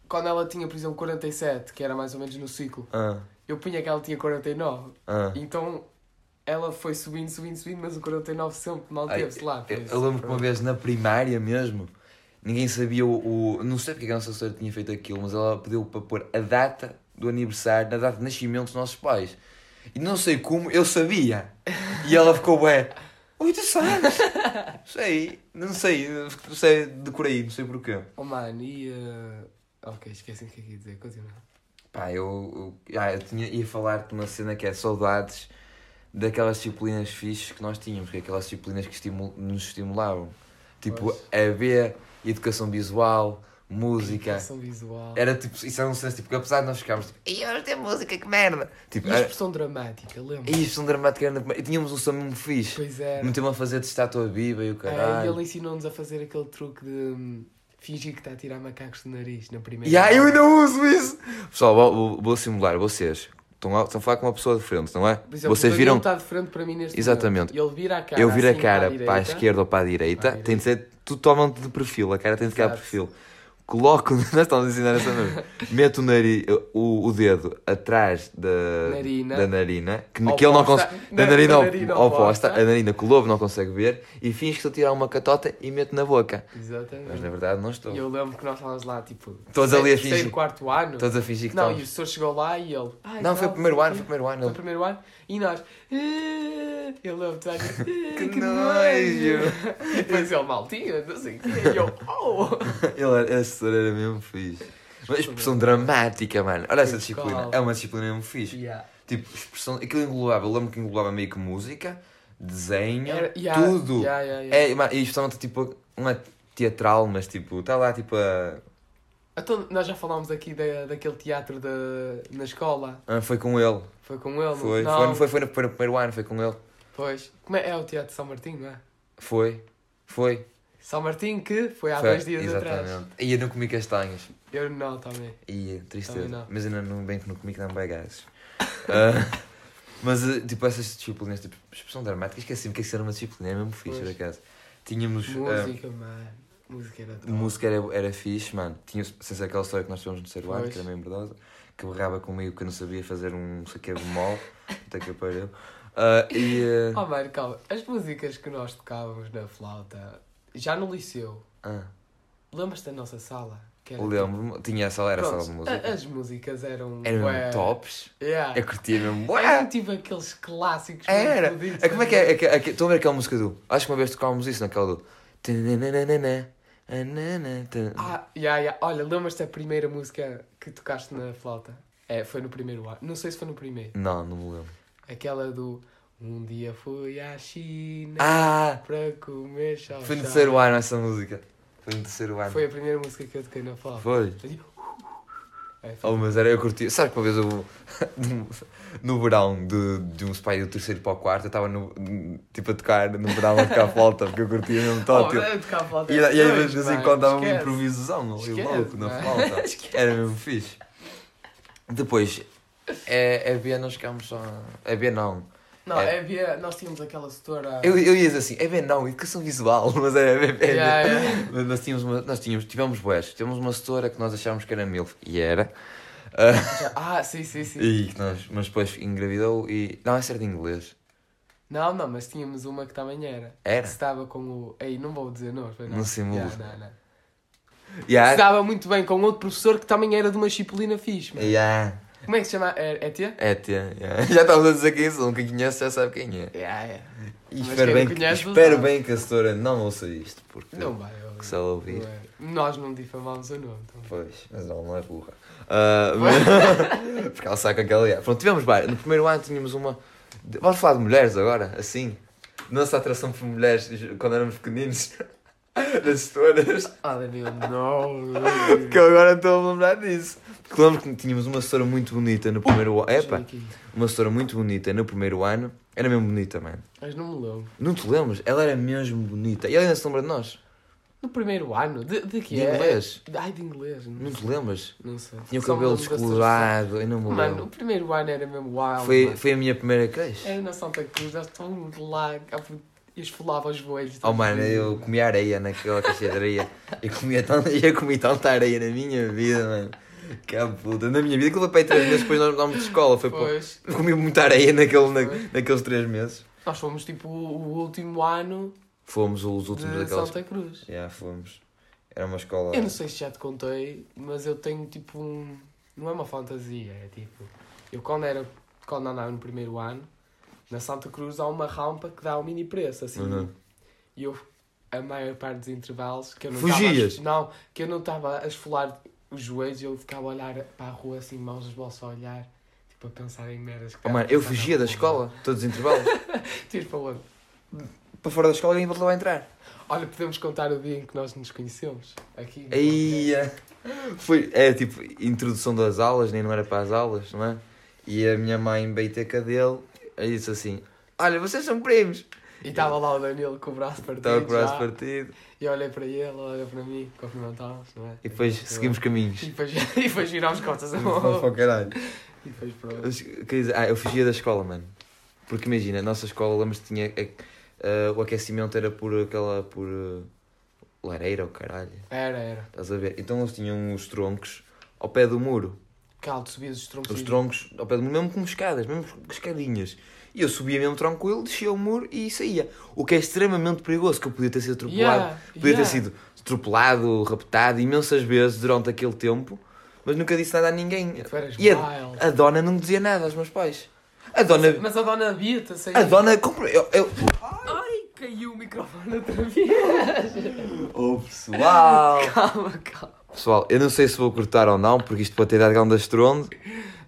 Speaker 2: Quando ela tinha, por exemplo, 47, que era mais ou menos no ciclo,
Speaker 1: Ah,
Speaker 2: eu punha que ela tinha 49.
Speaker 1: ah.
Speaker 2: Então ela foi subindo, subindo, subindo, mas o 49 sempre manteve-se lá. por
Speaker 1: Eu,
Speaker 2: isso.
Speaker 1: eu lembro que uma vez na primária mesmo, ninguém sabia o. o- não sei porque é que a nossa senhora tinha feito aquilo, mas ela pediu para pôr a data do aniversário na data de nascimento dos nossos pais. E não sei como, eu sabia. E ela ficou, ué, oito
Speaker 2: (laughs)
Speaker 1: anos. Sei, não sei, não sei, decorei, não sei porquê.
Speaker 2: Oh mano, e. eh, Ok, esqueci o que é que ia dizer, continua.
Speaker 1: Pá, eu, eu, ah, eu tinha, ia falar de uma cena que é saudades daquelas disciplinas fixes que nós tínhamos, que é aquelas disciplinas que estimu- nos estimulavam. Tipo,
Speaker 2: Pois.
Speaker 1: EB, Educação Visual, Música.
Speaker 2: Expressão visual.
Speaker 1: Era tipo, isso era um senso, tipo, que apesar de nós ficarmos tipo, e hoje tem música, que merda! Tipo,
Speaker 2: E
Speaker 1: era,
Speaker 2: expressão dramática, lembra?
Speaker 1: e isto é um dramático, era, e tínhamos um som mesmo fixe.
Speaker 2: Pois era.
Speaker 1: Meteu-me a fazer de estátua viva e o
Speaker 2: Ah, e
Speaker 1: caralho.
Speaker 2: ele ensinou-nos a fazer aquele truque de hum, fingir que está a tirar macacos do nariz na primeira.
Speaker 1: E aí eu ainda uso isso! Pessoal, vou, vou- vou simular, vocês. Estão a, estão a falar com uma pessoa de frente, não é?
Speaker 2: Por exemplo,
Speaker 1: vocês
Speaker 2: o Danilo
Speaker 1: viram.
Speaker 2: Está de frente para mim neste
Speaker 1: Exatamente.
Speaker 2: momento. Ele vira a cara.
Speaker 1: eu viro
Speaker 2: assim,
Speaker 1: a cara
Speaker 2: à
Speaker 1: para a
Speaker 2: direita.
Speaker 1: esquerda ou para a direita,
Speaker 2: Para a
Speaker 1: tem de ser totalmente de perfil, a cara tem de ficar de
Speaker 2: Exato.
Speaker 1: perfil. Coloco, (laughs) nós estamos a ensinar essa mesmo. Meto o, nariz, o, o dedo atrás da
Speaker 2: Narina.
Speaker 1: da narina que, que ele não
Speaker 2: Oposta.
Speaker 1: consegue.
Speaker 2: Na-
Speaker 1: Da narina,
Speaker 2: (laughs) da
Speaker 1: op-
Speaker 2: narina
Speaker 1: oposta,
Speaker 2: oposta.
Speaker 1: a narina que o lobo não consegue ver, e finge que estou a tirar uma catota e meto na boca. Mas na
Speaker 2: Exatamente.
Speaker 1: verdade não estou.
Speaker 2: E eu lembro que nós estávamos lá, tipo.
Speaker 1: Todos ali a
Speaker 2: sexto, terceiro,
Speaker 1: fingir.
Speaker 2: quarto ano.
Speaker 1: Estás a fingir que
Speaker 2: Não, e o
Speaker 1: estamos.
Speaker 2: professor chegou lá e ele. "Ai,
Speaker 1: Não, foi o
Speaker 2: tal,
Speaker 1: primeiro
Speaker 2: sei
Speaker 1: ano, foi o
Speaker 2: quê."
Speaker 1: primeiro
Speaker 2: Foi o
Speaker 1: ano.
Speaker 2: primeiro ano. E nós. "Ah", Eu
Speaker 1: (laughs)
Speaker 2: lembro-te, olha, "Ah, que,
Speaker 1: Que
Speaker 2: nojo.
Speaker 1: nojo.
Speaker 2: E depois ele mal tinha, não sei o quê. E eu. Oh!
Speaker 1: Ele era, essa era mesmo fixe. Uma expressão dramática, mano. Olha essa
Speaker 2: Pois,
Speaker 1: disciplina.
Speaker 2: qual?
Speaker 1: É uma disciplina mesmo fixe.
Speaker 2: Yeah.
Speaker 1: Tipo, expressão. Aquilo englobava, eu lembro que englobava meio que música, desenho,
Speaker 2: Era- yeah,
Speaker 1: tudo.
Speaker 2: yeah, yeah, yeah.
Speaker 1: É, mano, e especialmente tipo, não é teatral, mas tipo, está lá tipo a.
Speaker 2: Então, nós já falámos aqui da, daquele teatro da, na escola.
Speaker 1: ah, Foi com ele.
Speaker 2: Foi com ele,
Speaker 1: Foi,
Speaker 2: não?
Speaker 1: foi, não foi, foi no primeiro, primeiro ano, foi com ele.
Speaker 2: Pois. Como é? É o teatro de São Martinho, não é?
Speaker 1: Foi. Foi.
Speaker 2: São Martinho que foi há
Speaker 1: foi.
Speaker 2: dois dias atrás.
Speaker 1: E eu não comi castanhas.
Speaker 2: Eu não, também.
Speaker 1: E tristeza.
Speaker 2: Também não.
Speaker 1: Mas ainda não bem que não comi que não vai gases. (laughs) Ah, mas eh, tipo essas disciplinas, tipo, expressão dramática, esqueci-me que isso era uma disciplina, era mesmo fixe, por
Speaker 2: Pois.
Speaker 1: acaso. Tínhamos. ah,
Speaker 2: Música, mano. Música era top.
Speaker 1: Música era, era fixe, mano. Tinha, sem ser aquela história que nós tivemos no terceiro ano,
Speaker 2: Pois.
Speaker 1: que era meio merdosa, que berrava comigo que eu não sabia fazer um não sei o que
Speaker 2: (laughs)
Speaker 1: bemol, até que apareceu. Ah, e. ah,
Speaker 2: Oh, mano, calma. As músicas que nós tocávamos na flauta, já no liceu,
Speaker 1: ah,
Speaker 2: lembras-te da nossa sala? Que era
Speaker 1: Lembro-me, tinha essa, era
Speaker 2: tipo-
Speaker 1: só de
Speaker 2: Pronto, ah,
Speaker 1: música.
Speaker 2: a- As músicas eram.
Speaker 1: Era
Speaker 2: bué-
Speaker 1: mesmo tops.
Speaker 2: Yeah.
Speaker 1: Eu curtia mesmo.
Speaker 2: Eram
Speaker 1: Ué!
Speaker 2: tipo aqueles clássicos.
Speaker 1: Era!
Speaker 2: mesmo fodidos.
Speaker 1: É, como é que é? é, que- é que- Estão a ver aquela música do. Acho que uma vez tocámos isso naquela do.
Speaker 2: Ah, yeah, yeah. olha, lembras-te da primeira música que tocaste na flauta? É, foi no primeiro ano. Não sei se foi no primeiro.
Speaker 1: Não, não me lembro.
Speaker 2: Aquela do Um dia fui à China
Speaker 1: Ah!
Speaker 2: para comer chau
Speaker 1: Foi no terceiro ano essa música. Foi no terceiro ano.
Speaker 2: Foi a primeira música que eu toquei na flauta.
Speaker 1: Foi.
Speaker 2: Eu digo, "Uh, É, foi-
Speaker 1: Oh, mas era eu curti. Sabe que uma vez eu, (laughs) no, no verão de, de um spy do terceiro para o quarto, eu estava no- tipo a tocar no verão a tocar flauta, porque eu curtia mesmo
Speaker 2: Oh,
Speaker 1: tótil.
Speaker 2: eu tocava a flauta
Speaker 1: tipo, e, e aí de
Speaker 2: dois,
Speaker 1: vez em
Speaker 2: mano,
Speaker 1: quando um dava uma
Speaker 2: esquece.
Speaker 1: improvisação ali
Speaker 2: Esquece,
Speaker 1: louco na
Speaker 2: mano.
Speaker 1: flauta.
Speaker 2: (laughs)
Speaker 1: Era mesmo fixe. Depois, é, é B, nós ficámos só. É B não.
Speaker 2: Não,
Speaker 1: É.
Speaker 2: havia, nós tínhamos aquela setora.
Speaker 1: Eu, eu ia dizer assim, é B não, educação visual, (laughs) mas é B. É,
Speaker 2: Yeah,
Speaker 1: B.
Speaker 2: yeah.
Speaker 1: Mas Nós, tínhamos uma- nós tínhamos, tivemos boés, tivemos uma setora que nós achávamos que era MILF, e era. Ah,
Speaker 2: Já- (laughs) Ah, sim, sim, sim.
Speaker 1: E que nós, mas depois engravidou e. Não, essa era de inglês.
Speaker 2: Não, não, mas tínhamos uma que também era.
Speaker 1: Era?
Speaker 2: Que se dava com o. Ei, não vou dizer não, foi não.
Speaker 1: Não simula.
Speaker 2: Yeah, não, não.
Speaker 1: Yeah.
Speaker 2: Se dava muito bem com outro professor que também era de uma disciplina fixe, mano.
Speaker 1: Yeah.
Speaker 2: Como é que se chama? É, é tia?
Speaker 1: É, tia. yeah. (laughs) Já estávamos a dizer quem é, se nunca conhece já sabe quem é.
Speaker 2: Yeah, yeah.
Speaker 1: E
Speaker 2: Mas
Speaker 1: espero
Speaker 2: quem
Speaker 1: bem,
Speaker 2: não
Speaker 1: que,
Speaker 2: conhece,
Speaker 1: espero
Speaker 2: não
Speaker 1: bem que a setora não ouça isto, porque
Speaker 2: Não vai. eu-
Speaker 1: que se ela ouvir.
Speaker 2: não é. Nós não difamámos o nome. Então.
Speaker 1: Pois, mas ela não é burra. Ah, mas- (laughs) porque ela sabe com que ela é. Pronto, tivemos várias. No primeiro ano tínhamos uma. de- Vamos falar de mulheres agora, assim. Nossa atração por mulheres quando éramos pequeninos. (laughs) Das setoras.
Speaker 2: Ah, Daniel, não.
Speaker 1: Porque eu agora estou a lembrar disso. Porque lembro que tínhamos uma setora muito bonita no primeiro ano. Epa,
Speaker 2: Aqui.
Speaker 1: uma setora muito bonita no primeiro ano. Era mesmo bonita, mano.
Speaker 2: Mas não me lembro.
Speaker 1: Não te lembras? Ela era mesmo bonita. E ela ainda se lembra de nós.
Speaker 2: No primeiro ano? De, de que
Speaker 1: De
Speaker 2: é?
Speaker 1: inglês.
Speaker 2: Ai, de inglês. Não,
Speaker 1: Não te lembras?
Speaker 2: não sei.
Speaker 1: Tinha o
Speaker 2: Só me
Speaker 1: cabelo
Speaker 2: lembro da
Speaker 1: descolorado. Eu não me
Speaker 2: Santa-
Speaker 1: lembro.
Speaker 2: Mano, o primeiro ano era mesmo wild.
Speaker 1: Foi,
Speaker 2: mano.
Speaker 1: foi a minha primeira crush.
Speaker 2: Era na Santa Cruz, eles estão lá, a- e esfolava os joelhos. tipo,
Speaker 1: Oh mano, eu comi areia naquela caixa de areia. Eu, comia tanta, eu comi tanta areia na minha vida, mano. Que a puta. Na minha vida, aquilo foi para aí três meses depois nós mudámos de escola. Foi pô.
Speaker 2: Depois,
Speaker 1: Eu comi muita areia naquele, na- naqueles três meses.
Speaker 2: nós fomos tipo o último ano
Speaker 1: Fomos os últimos
Speaker 2: de
Speaker 1: daquelas.
Speaker 2: Santa Cruz.
Speaker 1: Já, fomos. Era uma escola.
Speaker 2: É, Eu não sei se já te contei, mas eu tenho tipo um. Não é uma fantasia, é tipo. Eu quando era. Quando andava no primeiro ano, na Santa Cruz há uma rampa que dá um mini preço, assim.
Speaker 1: Uhum.
Speaker 2: E eu, a maior parte dos intervalos, que eu não
Speaker 1: Fugias?
Speaker 2: tava a- Não, que eu não estava a esfolar os joelhos, eu ficava a olhar para a rua assim, mãos nos bolsos a olhar, tipo a pensar em merdas que
Speaker 1: Oh
Speaker 2: tava
Speaker 1: mano,
Speaker 2: a
Speaker 1: eu
Speaker 2: passar na
Speaker 1: fugia da
Speaker 2: rua.
Speaker 1: escola, todos os
Speaker 2: (laughs)
Speaker 1: intervalos.
Speaker 2: Tiro para onde?
Speaker 1: para fora da escola alguém voltou a entrar.
Speaker 2: Olha, podemos contar o dia em que nós nos conhecemos aqui. no
Speaker 1: Aí. eh, Foi. É tipo, introdução das aulas, nem não era para as aulas, não é? E a minha mãe beiteca dele aí disse assim: Olha, vocês são primos.
Speaker 2: E estava lá o Danilo com o braço partido.
Speaker 1: Estava com o braço
Speaker 2: já.
Speaker 1: partido.
Speaker 2: E eu olhei para ele, ele olhou para mim, cumprimentámos, não é?
Speaker 1: E depois seguimos
Speaker 2: E (laughs)
Speaker 1: caminhos.
Speaker 2: depois, e depois virámos costas a
Speaker 1: Fomos para
Speaker 2: mão.
Speaker 1: o caralho.
Speaker 2: E depois pronto.
Speaker 1: Eu- quer dizer, Ah, eu fugia da escola, mano. Porque imagina, a nossa escola, lembro-me que tinha. eh, eh, o aquecimento era por aquela. por. eh, lareira ou caralho.
Speaker 2: Era, era.
Speaker 1: Estás a ver? Então eles tinham os troncos ao pé do muro.
Speaker 2: Caldo, subias os troncos.
Speaker 1: Os
Speaker 2: e-
Speaker 1: troncos ao pé do muro, mesmo como escadas, mesmo com escadinhas. E eu subia mesmo tranquilo, descia o muro e saía. O que é extremamente perigoso, que eu podia ter sido atropelado.
Speaker 2: Yeah,
Speaker 1: podia
Speaker 2: yeah.
Speaker 1: ter sido atropelado, raptado imensas vezes durante aquele tempo, mas nunca disse nada a ninguém.
Speaker 2: Tu eras
Speaker 1: E
Speaker 2: wild.
Speaker 1: A dona não dizia nada aos meus pais. A dona.
Speaker 2: Mas a dona Bia-te a sair.
Speaker 1: A Ah, dona comprou. Eu, eu...
Speaker 2: Ai, caiu o microfone outra vez.
Speaker 1: Oh, (laughs) pessoal!
Speaker 2: calma, calma.
Speaker 1: Pessoal, eu não sei se vou cortar ou não, porque isto pode ter dado grande estrondo.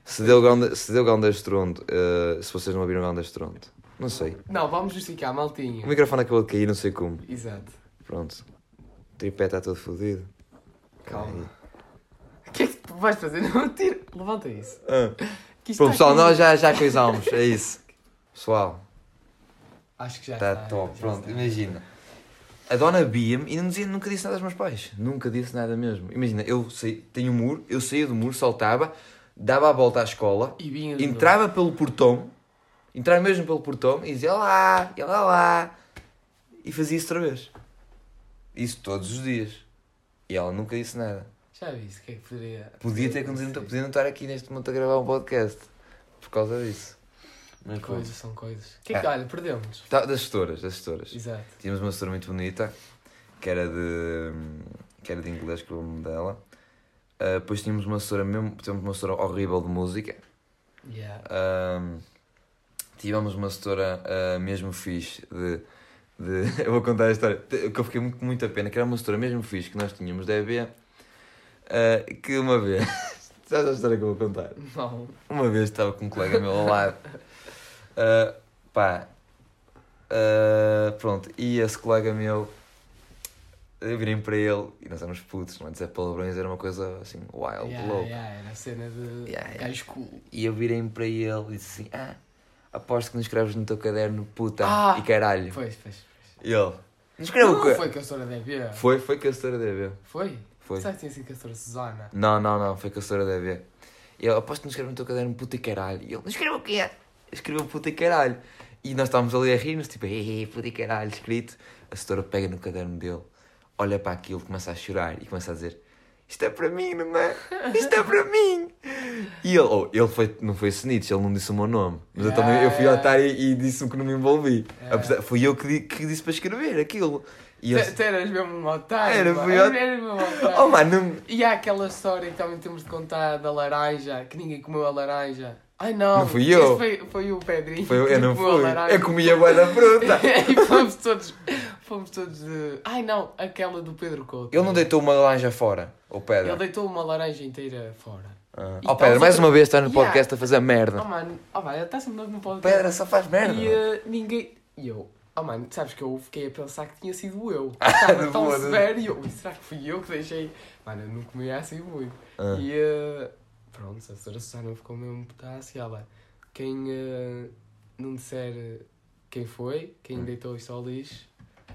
Speaker 1: Se deu grande, se deu grande estrondo, eh, se vocês não ouviram grande estrondo, não sei.
Speaker 2: Não, vamos justificar,
Speaker 1: O
Speaker 2: maltinho.
Speaker 1: microfone acabou de cair, não sei como.
Speaker 2: Exato.
Speaker 1: Pronto. O tripé está todo fodido. Tá
Speaker 2: Calma. O que é que tu vais fazer? Não tira. Levanta isso.
Speaker 1: Ah.
Speaker 2: Que isto
Speaker 1: Bom,
Speaker 2: tá
Speaker 1: pessoal,
Speaker 2: aqui.
Speaker 1: nós já, já coisámos. É isso. Pessoal,
Speaker 2: Acho que já
Speaker 1: está
Speaker 2: está.
Speaker 1: Tá top.
Speaker 2: já
Speaker 1: Pronto,
Speaker 2: está.
Speaker 1: imagina. A dona Bia-me e não dizia, nunca disse nada aos meus pais. Nunca disse nada mesmo. Imagina, eu saí, tenho um muro, eu saía do muro, saltava, dava a volta à escola,
Speaker 2: E vinha de novo.
Speaker 1: entrava pelo portão, entrava mesmo pelo portão e dizia lá, e lá, lá. E fazia isso outra vez. Isso todos os dias. E ela nunca disse nada.
Speaker 2: Já viste o que é que poderia.
Speaker 1: Podia ter acontecido, podia não estar aqui neste momento a gravar um podcast por causa disso. Mas
Speaker 2: Coisas são coisas. O que é que.
Speaker 1: É.
Speaker 2: Olha, perdemos.
Speaker 1: pronto. Tá, das gestoras, das gestoras.
Speaker 2: Exato.
Speaker 1: Tínhamos uma gestora muito bonita, que era de. que era de inglês, que era o nome dela. Ah, depois tínhamos uma gestora mesmo, tínhamos uma gestora horrível de música. (laughs)
Speaker 2: Yeah.
Speaker 1: Ahm, tivemos uma setora ah, mesmo fixe de, de- (laughs) Eu vou contar a história te- que eu fiquei muito, muito a pena, que era uma setora mesmo fixe que nós tínhamos da EB. ah, que uma vez. (laughs) Sabes a história que eu vou contar?
Speaker 2: Não.
Speaker 1: Uma vez estava com um colega meu ao lado.
Speaker 2: (laughs)
Speaker 1: Ah, pá. Ah, pronto, e esse colega meu. Eu virei para ele e nós éramos putos, não é? Dizer palavrões era uma coisa assim, wild,
Speaker 2: Yeah,
Speaker 1: louco.
Speaker 2: yeah, era a cena de
Speaker 1: Yeah, yeah.
Speaker 2: gajo cool.
Speaker 1: E eu virei-me para ele e disse assim: Ah, aposto que não escreves no teu caderno, puta
Speaker 2: Ah!
Speaker 1: e caralho.
Speaker 2: Pois, pois.
Speaker 1: E ele: Não escreve
Speaker 2: Não
Speaker 1: o que.
Speaker 2: foi é Castora DB?
Speaker 1: Foi, foi com a senhora DB.
Speaker 2: Foi?
Speaker 1: Foi.
Speaker 2: Será que tinha sido Castora Susana?
Speaker 1: Não, não, não, foi com a senhora DB. E ele: Aposto que não escreves no teu caderno, puta e caralho. E ele: Não escreve o que é? Escreveu puta e caralho. E nós estávamos ali a rir-nos, tipo: "Ei, puta e caralho, escrito. A senhora pega no caderno dele, olha para aquilo, começa a chorar e começa a dizer: Isto é para mim, não é? Isto é para mim! E ele, oh, ele foi, não foi Snitch, ele não disse o meu nome. Mas eu
Speaker 2: Yeah,
Speaker 1: também eu fui
Speaker 2: yeah.
Speaker 1: otário e, e disse-me que não me envolvi.
Speaker 2: Yeah.
Speaker 1: Apesar- fui eu que, di- que disse para escrever aquilo. E eu...
Speaker 2: Tu- Tu eras mesmo um otário.
Speaker 1: Era,
Speaker 2: pá.
Speaker 1: fui
Speaker 2: Eras
Speaker 1: ot-
Speaker 2: mesmo um otário.
Speaker 1: Oh, mano, não...
Speaker 2: E há aquela história que também temos de contar da laranja, que ninguém comeu a laranja. Ai não,
Speaker 1: Não fui
Speaker 2: esse
Speaker 1: eu.
Speaker 2: Foi, foi o Pedrinho.
Speaker 1: Foi, eu
Speaker 2: que
Speaker 1: não
Speaker 2: comeu a
Speaker 1: fui. É
Speaker 2: laranja.
Speaker 1: Eu comia boa da fruta.
Speaker 2: (laughs) e fomos todos, fomos todos de. Ai não, aquela do Pedro Couto.
Speaker 1: Ele não deitou uma laranja fora, o Pedro.
Speaker 2: Ele deitou uma laranja inteira fora.
Speaker 1: Ah.
Speaker 2: E
Speaker 1: Oh,
Speaker 2: tá
Speaker 1: Pedro,
Speaker 2: os
Speaker 1: mais
Speaker 2: outros-
Speaker 1: uma vez está no
Speaker 2: Yeah.
Speaker 1: podcast a fazer
Speaker 2: Oh
Speaker 1: merda.
Speaker 2: mano, oh vai, ele está sempre no
Speaker 1: O
Speaker 2: podcast.
Speaker 1: Pedro só faz merda. é?
Speaker 2: E eh, ninguém. E eu, oh mano, tu sabes que eu fiquei a pensar que tinha sido
Speaker 1: (laughs)
Speaker 2: eu. Estava
Speaker 1: de
Speaker 2: tão
Speaker 1: boa, de-
Speaker 2: severo e eu, "Ui, será que fui eu que deixei? Mano, eu não comia assim muito.
Speaker 1: Ah.
Speaker 2: E eh, pronto, a senhora Susana ficou mesmo putaça e ela, quem eh, não disser eh, quem foi, quem
Speaker 1: Hum.
Speaker 2: deitou isso ao lixo,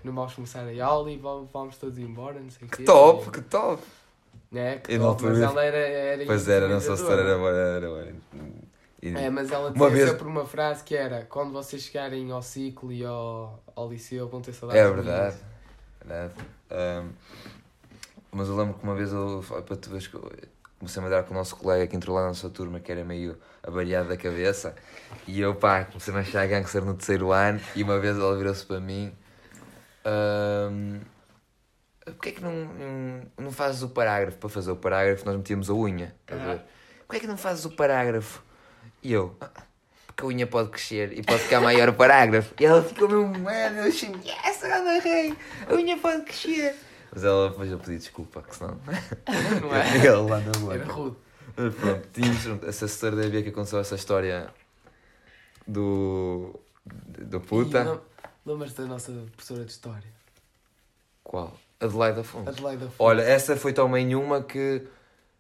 Speaker 2: não vamos começar a aula e vamos, vamos todos embora, não sei o
Speaker 1: Que
Speaker 2: quê.
Speaker 1: top, que top.
Speaker 2: E- Né, que
Speaker 1: E na
Speaker 2: top, mas
Speaker 1: altura-
Speaker 2: ela era, era
Speaker 1: Pois era, não sou
Speaker 2: intimidadora.
Speaker 1: setor, era, era, era. E-
Speaker 2: É, mas ela
Speaker 1: Uma
Speaker 2: tinha
Speaker 1: vez-
Speaker 2: sempre uma frase que era quando vocês chegarem ao ciclo e ao, ao liceu vão ter saudades
Speaker 1: É
Speaker 2: de mim."
Speaker 1: verdade. verdade. Ahm, mas eu lembro que uma vez eu foi para tu veres que eu comecei a mandar com o nosso colega que entrou lá na nossa turma que era meio avariado da cabeça e eu pá, comecei a achar gangster no terceiro ano e uma vez ela virou-se para mim ahm, Porquê é que não, não, não fazes o parágrafo? Para fazer o parágrafo nós metíamos a unha, estás a ver? Porquê é que não fazes o parágrafo? E eu, "Ah, porque a unha pode crescer e pode ficar maior o parágrafo. E ela ficou mesmo, mano, eu achei, yes, eu rei, a unha pode crescer. Mas ela depois eu pedi desculpa, que senão...
Speaker 2: (laughs) Não é?
Speaker 1: (laughs) Ele lá na
Speaker 2: Era
Speaker 1: boca.
Speaker 2: rude.
Speaker 1: Mas pronto, tínhamos essa história da Bia que aconteceu essa história do... do
Speaker 2: E
Speaker 1: puta.
Speaker 2: lem- Lembras-te da nossa professora de história?
Speaker 1: Qual? Adelaide Afonso.
Speaker 2: Adelaide Afonso.
Speaker 1: Olha, essa foi também uma que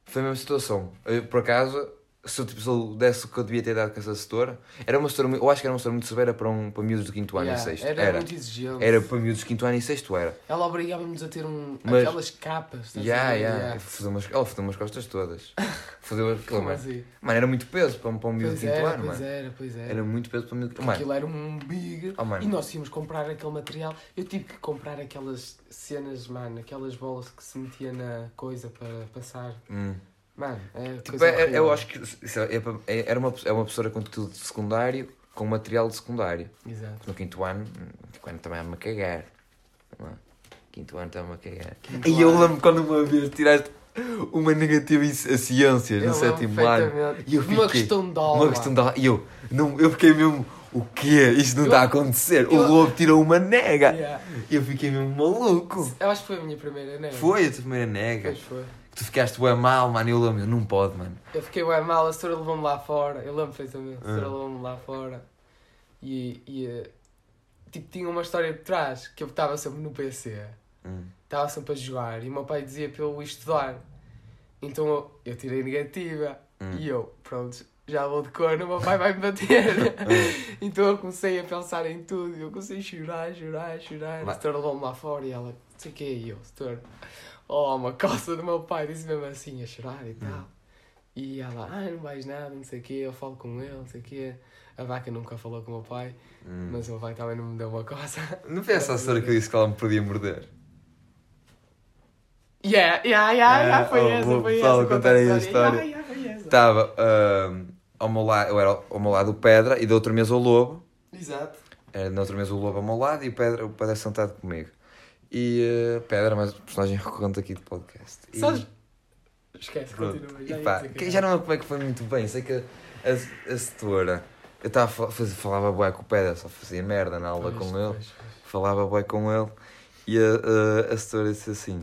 Speaker 1: foi a mesma situação. Eu, por acaso, se eu, tipo, se eu desse o que eu devia ter dado com essa setora, era uma setora, mui- eu acho que era uma setora muito severa para, um, para miúdos do 5 ano
Speaker 2: Yeah,
Speaker 1: e 6.
Speaker 2: Era,
Speaker 1: Era. Era.
Speaker 2: muito exigente.
Speaker 1: para miúdos do 5 ano e 6 era.
Speaker 2: Ela obrigava-nos a ter um...
Speaker 1: Mas-
Speaker 2: aquelas capas. estás a
Speaker 1: Ya,
Speaker 2: ver?
Speaker 1: ya.
Speaker 2: Yeah.
Speaker 1: Fudeu umas- Ela fodeu umas costas
Speaker 2: (laughs)
Speaker 1: todas. Fodeu aquilo,
Speaker 2: Como
Speaker 1: mano.
Speaker 2: assim?
Speaker 1: Mano, era muito peso para um, para um miúdo do
Speaker 2: Pois
Speaker 1: 5
Speaker 2: era,
Speaker 1: ano,
Speaker 2: pois
Speaker 1: mano.
Speaker 2: era, pois era.
Speaker 1: Era muito peso para um miúdo.
Speaker 2: Porque
Speaker 1: Mano,
Speaker 2: aquilo era um big
Speaker 1: Oh, mano.
Speaker 2: e nós íamos comprar aquele material. Eu tive que comprar aquelas cenas, mano, aquelas bolas que se metia na coisa para passar.
Speaker 1: hum.
Speaker 2: Mano, é
Speaker 1: Tipo,
Speaker 2: coisa
Speaker 1: é- é- eu
Speaker 2: horrível.
Speaker 1: acho que isso é- é para- é- era uma, é uma pessoa com conteúdo de secundário, com material de secundário.
Speaker 2: Exato.
Speaker 1: No quinto ano, no quinto ano também me a cagar. Não é? Quinto ano também é me a cagar.
Speaker 2: Quinto
Speaker 1: E eu
Speaker 2: ano.
Speaker 1: lembro quando uma vez tiraste uma negativa em ci- a ciências
Speaker 2: Eu
Speaker 1: no
Speaker 2: lembro
Speaker 1: sétimo ano.
Speaker 2: perfeitamente.
Speaker 1: E eu
Speaker 2: Uma
Speaker 1: fiquei-
Speaker 2: questão de aula.
Speaker 1: Uma questão da. E eu, não, eu fiquei mesmo. O quê? Isto não
Speaker 2: Eu-
Speaker 1: está a acontecer.
Speaker 2: eu-
Speaker 1: O Globo tirou uma nega.
Speaker 2: Yeah.
Speaker 1: E eu fiquei mesmo maluco.
Speaker 2: Eu acho que foi a minha primeira, não é?
Speaker 1: Foi a tua primeira nega.
Speaker 2: Pois foi.
Speaker 1: Que tu ficaste bem mal, mano. Eu lembro, eu, não pode, mano.
Speaker 2: Eu fiquei bem mal, a senhora levou-me lá fora. Eu lembro perfeitamente, a senhora
Speaker 1: Ah.
Speaker 2: levou-me lá fora. E, e, eh, tipo, tinha uma história por trás que eu estava sempre no PC.
Speaker 1: Hum.
Speaker 2: Estava sempre a jogar e o meu pai dizia para eu estudar. Então eu, eu tirei negativa.
Speaker 1: Hum.
Speaker 2: E eu, pronto, já vou de corno, o meu pai vai me
Speaker 1: (laughs)
Speaker 2: bater. então eu comecei a pensar em tudo, eu comecei a chorar, chorar, chorar.
Speaker 1: Vai.
Speaker 2: A setora levou-me lá fora e ela, não sei o que é, e eu, setora, oh, uma coça do meu pai, disse mesmo assim, a chorar e tal.
Speaker 1: Hum.
Speaker 2: E ela, ah, não vais nada, não sei o quê, eu falo com ele, não sei o quê. A vaca nunca falou com o meu pai,
Speaker 1: Hum.
Speaker 2: mas o meu pai também não me deu uma coça. (laughs)
Speaker 1: Não foi essa a senhora que eu disse que ela me podia morder?
Speaker 2: Yeah, yeah, yeah, yeah,
Speaker 1: Ah,
Speaker 2: foi
Speaker 1: oh,
Speaker 2: essa,
Speaker 1: vou-
Speaker 2: foi
Speaker 1: pessoal,
Speaker 2: essa.
Speaker 1: contar aí a história. Tá.
Speaker 2: Yeah, yeah, foi essa.
Speaker 1: Estava ahm, ao meu lado, eu era ao meu lado o Pedra e da outra mesa o Lobo.
Speaker 2: Exato.
Speaker 1: Era Eh, na outra mesa o Lobo ao meu lado e o Pedra, o pedra sentado comigo. E eh, Pedra, mais um personagem recorrente aqui do podcast. E,
Speaker 2: Sabes- Esquece,
Speaker 1: pronto.
Speaker 2: continua.
Speaker 1: E
Speaker 2: ia
Speaker 1: pá,
Speaker 2: dizer
Speaker 1: que-
Speaker 2: que-
Speaker 1: já não lembro como é que foi muito bem. Sei que a, a, a setora, eu estava a fa- faz- falava bué com o Pedra, só fazia merda na aula
Speaker 2: Pois,
Speaker 1: com ele.
Speaker 2: pois, pois.
Speaker 1: Falava bué com ele. E a, a, a setora disse assim.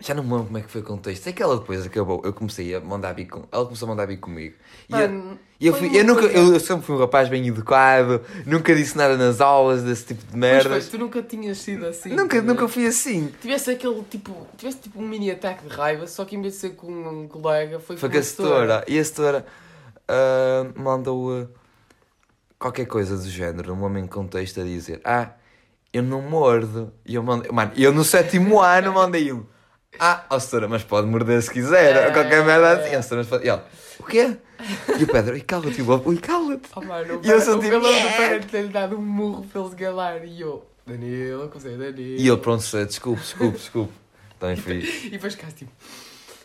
Speaker 1: Já não me lembro como é que foi o contexto. Sei que ela depois acabou. Eu comecei a mandar bico. com- Ela começou a mandar bico comigo. E eu-
Speaker 2: Mano,
Speaker 1: E eu,
Speaker 2: Foi
Speaker 1: fui-
Speaker 2: uma
Speaker 1: eu, nunca,
Speaker 2: coisa-
Speaker 1: eu, eu sempre fui um rapaz bem educado, nunca disse nada nas aulas desse tipo de
Speaker 2: pois,
Speaker 1: merdas.
Speaker 2: pois, tu nunca tinhas sido assim.
Speaker 1: nunca,
Speaker 2: estás a ver?
Speaker 1: nunca fui assim.
Speaker 2: Tivesse aquele tipo. Tivesse tipo um mini ataque de raiva, só que em vez de ser com um colega, foi,
Speaker 1: Foi
Speaker 2: com
Speaker 1: com a
Speaker 2: uma setora.
Speaker 1: setora. E a setora ah, mandou ah, qualquer coisa do género, um homem em contexto a dizer: Ah, eu não mordo. E eu mandei, mano, eu no
Speaker 2: (laughs)
Speaker 1: sétimo ano mandei um. Ah, a setora, mas pode morder se quiser.
Speaker 2: É,
Speaker 1: ou qualquer merda
Speaker 2: é,
Speaker 1: assim. A setora, mas pode. E ela, o quê? E o Pedro, e cala-te, e o Lobo, "Ui, cala-te.
Speaker 2: Oh, mano,
Speaker 1: E eu sou tipo,
Speaker 2: Pelo
Speaker 1: "Yeah!"
Speaker 2: ter dado um murro pelo esgalar e eu. Danilo, é acusei Danilo.
Speaker 1: E ele, pronto, desculpe, desculpe, desculpe. Também fui.
Speaker 2: E depois ficaste tipo.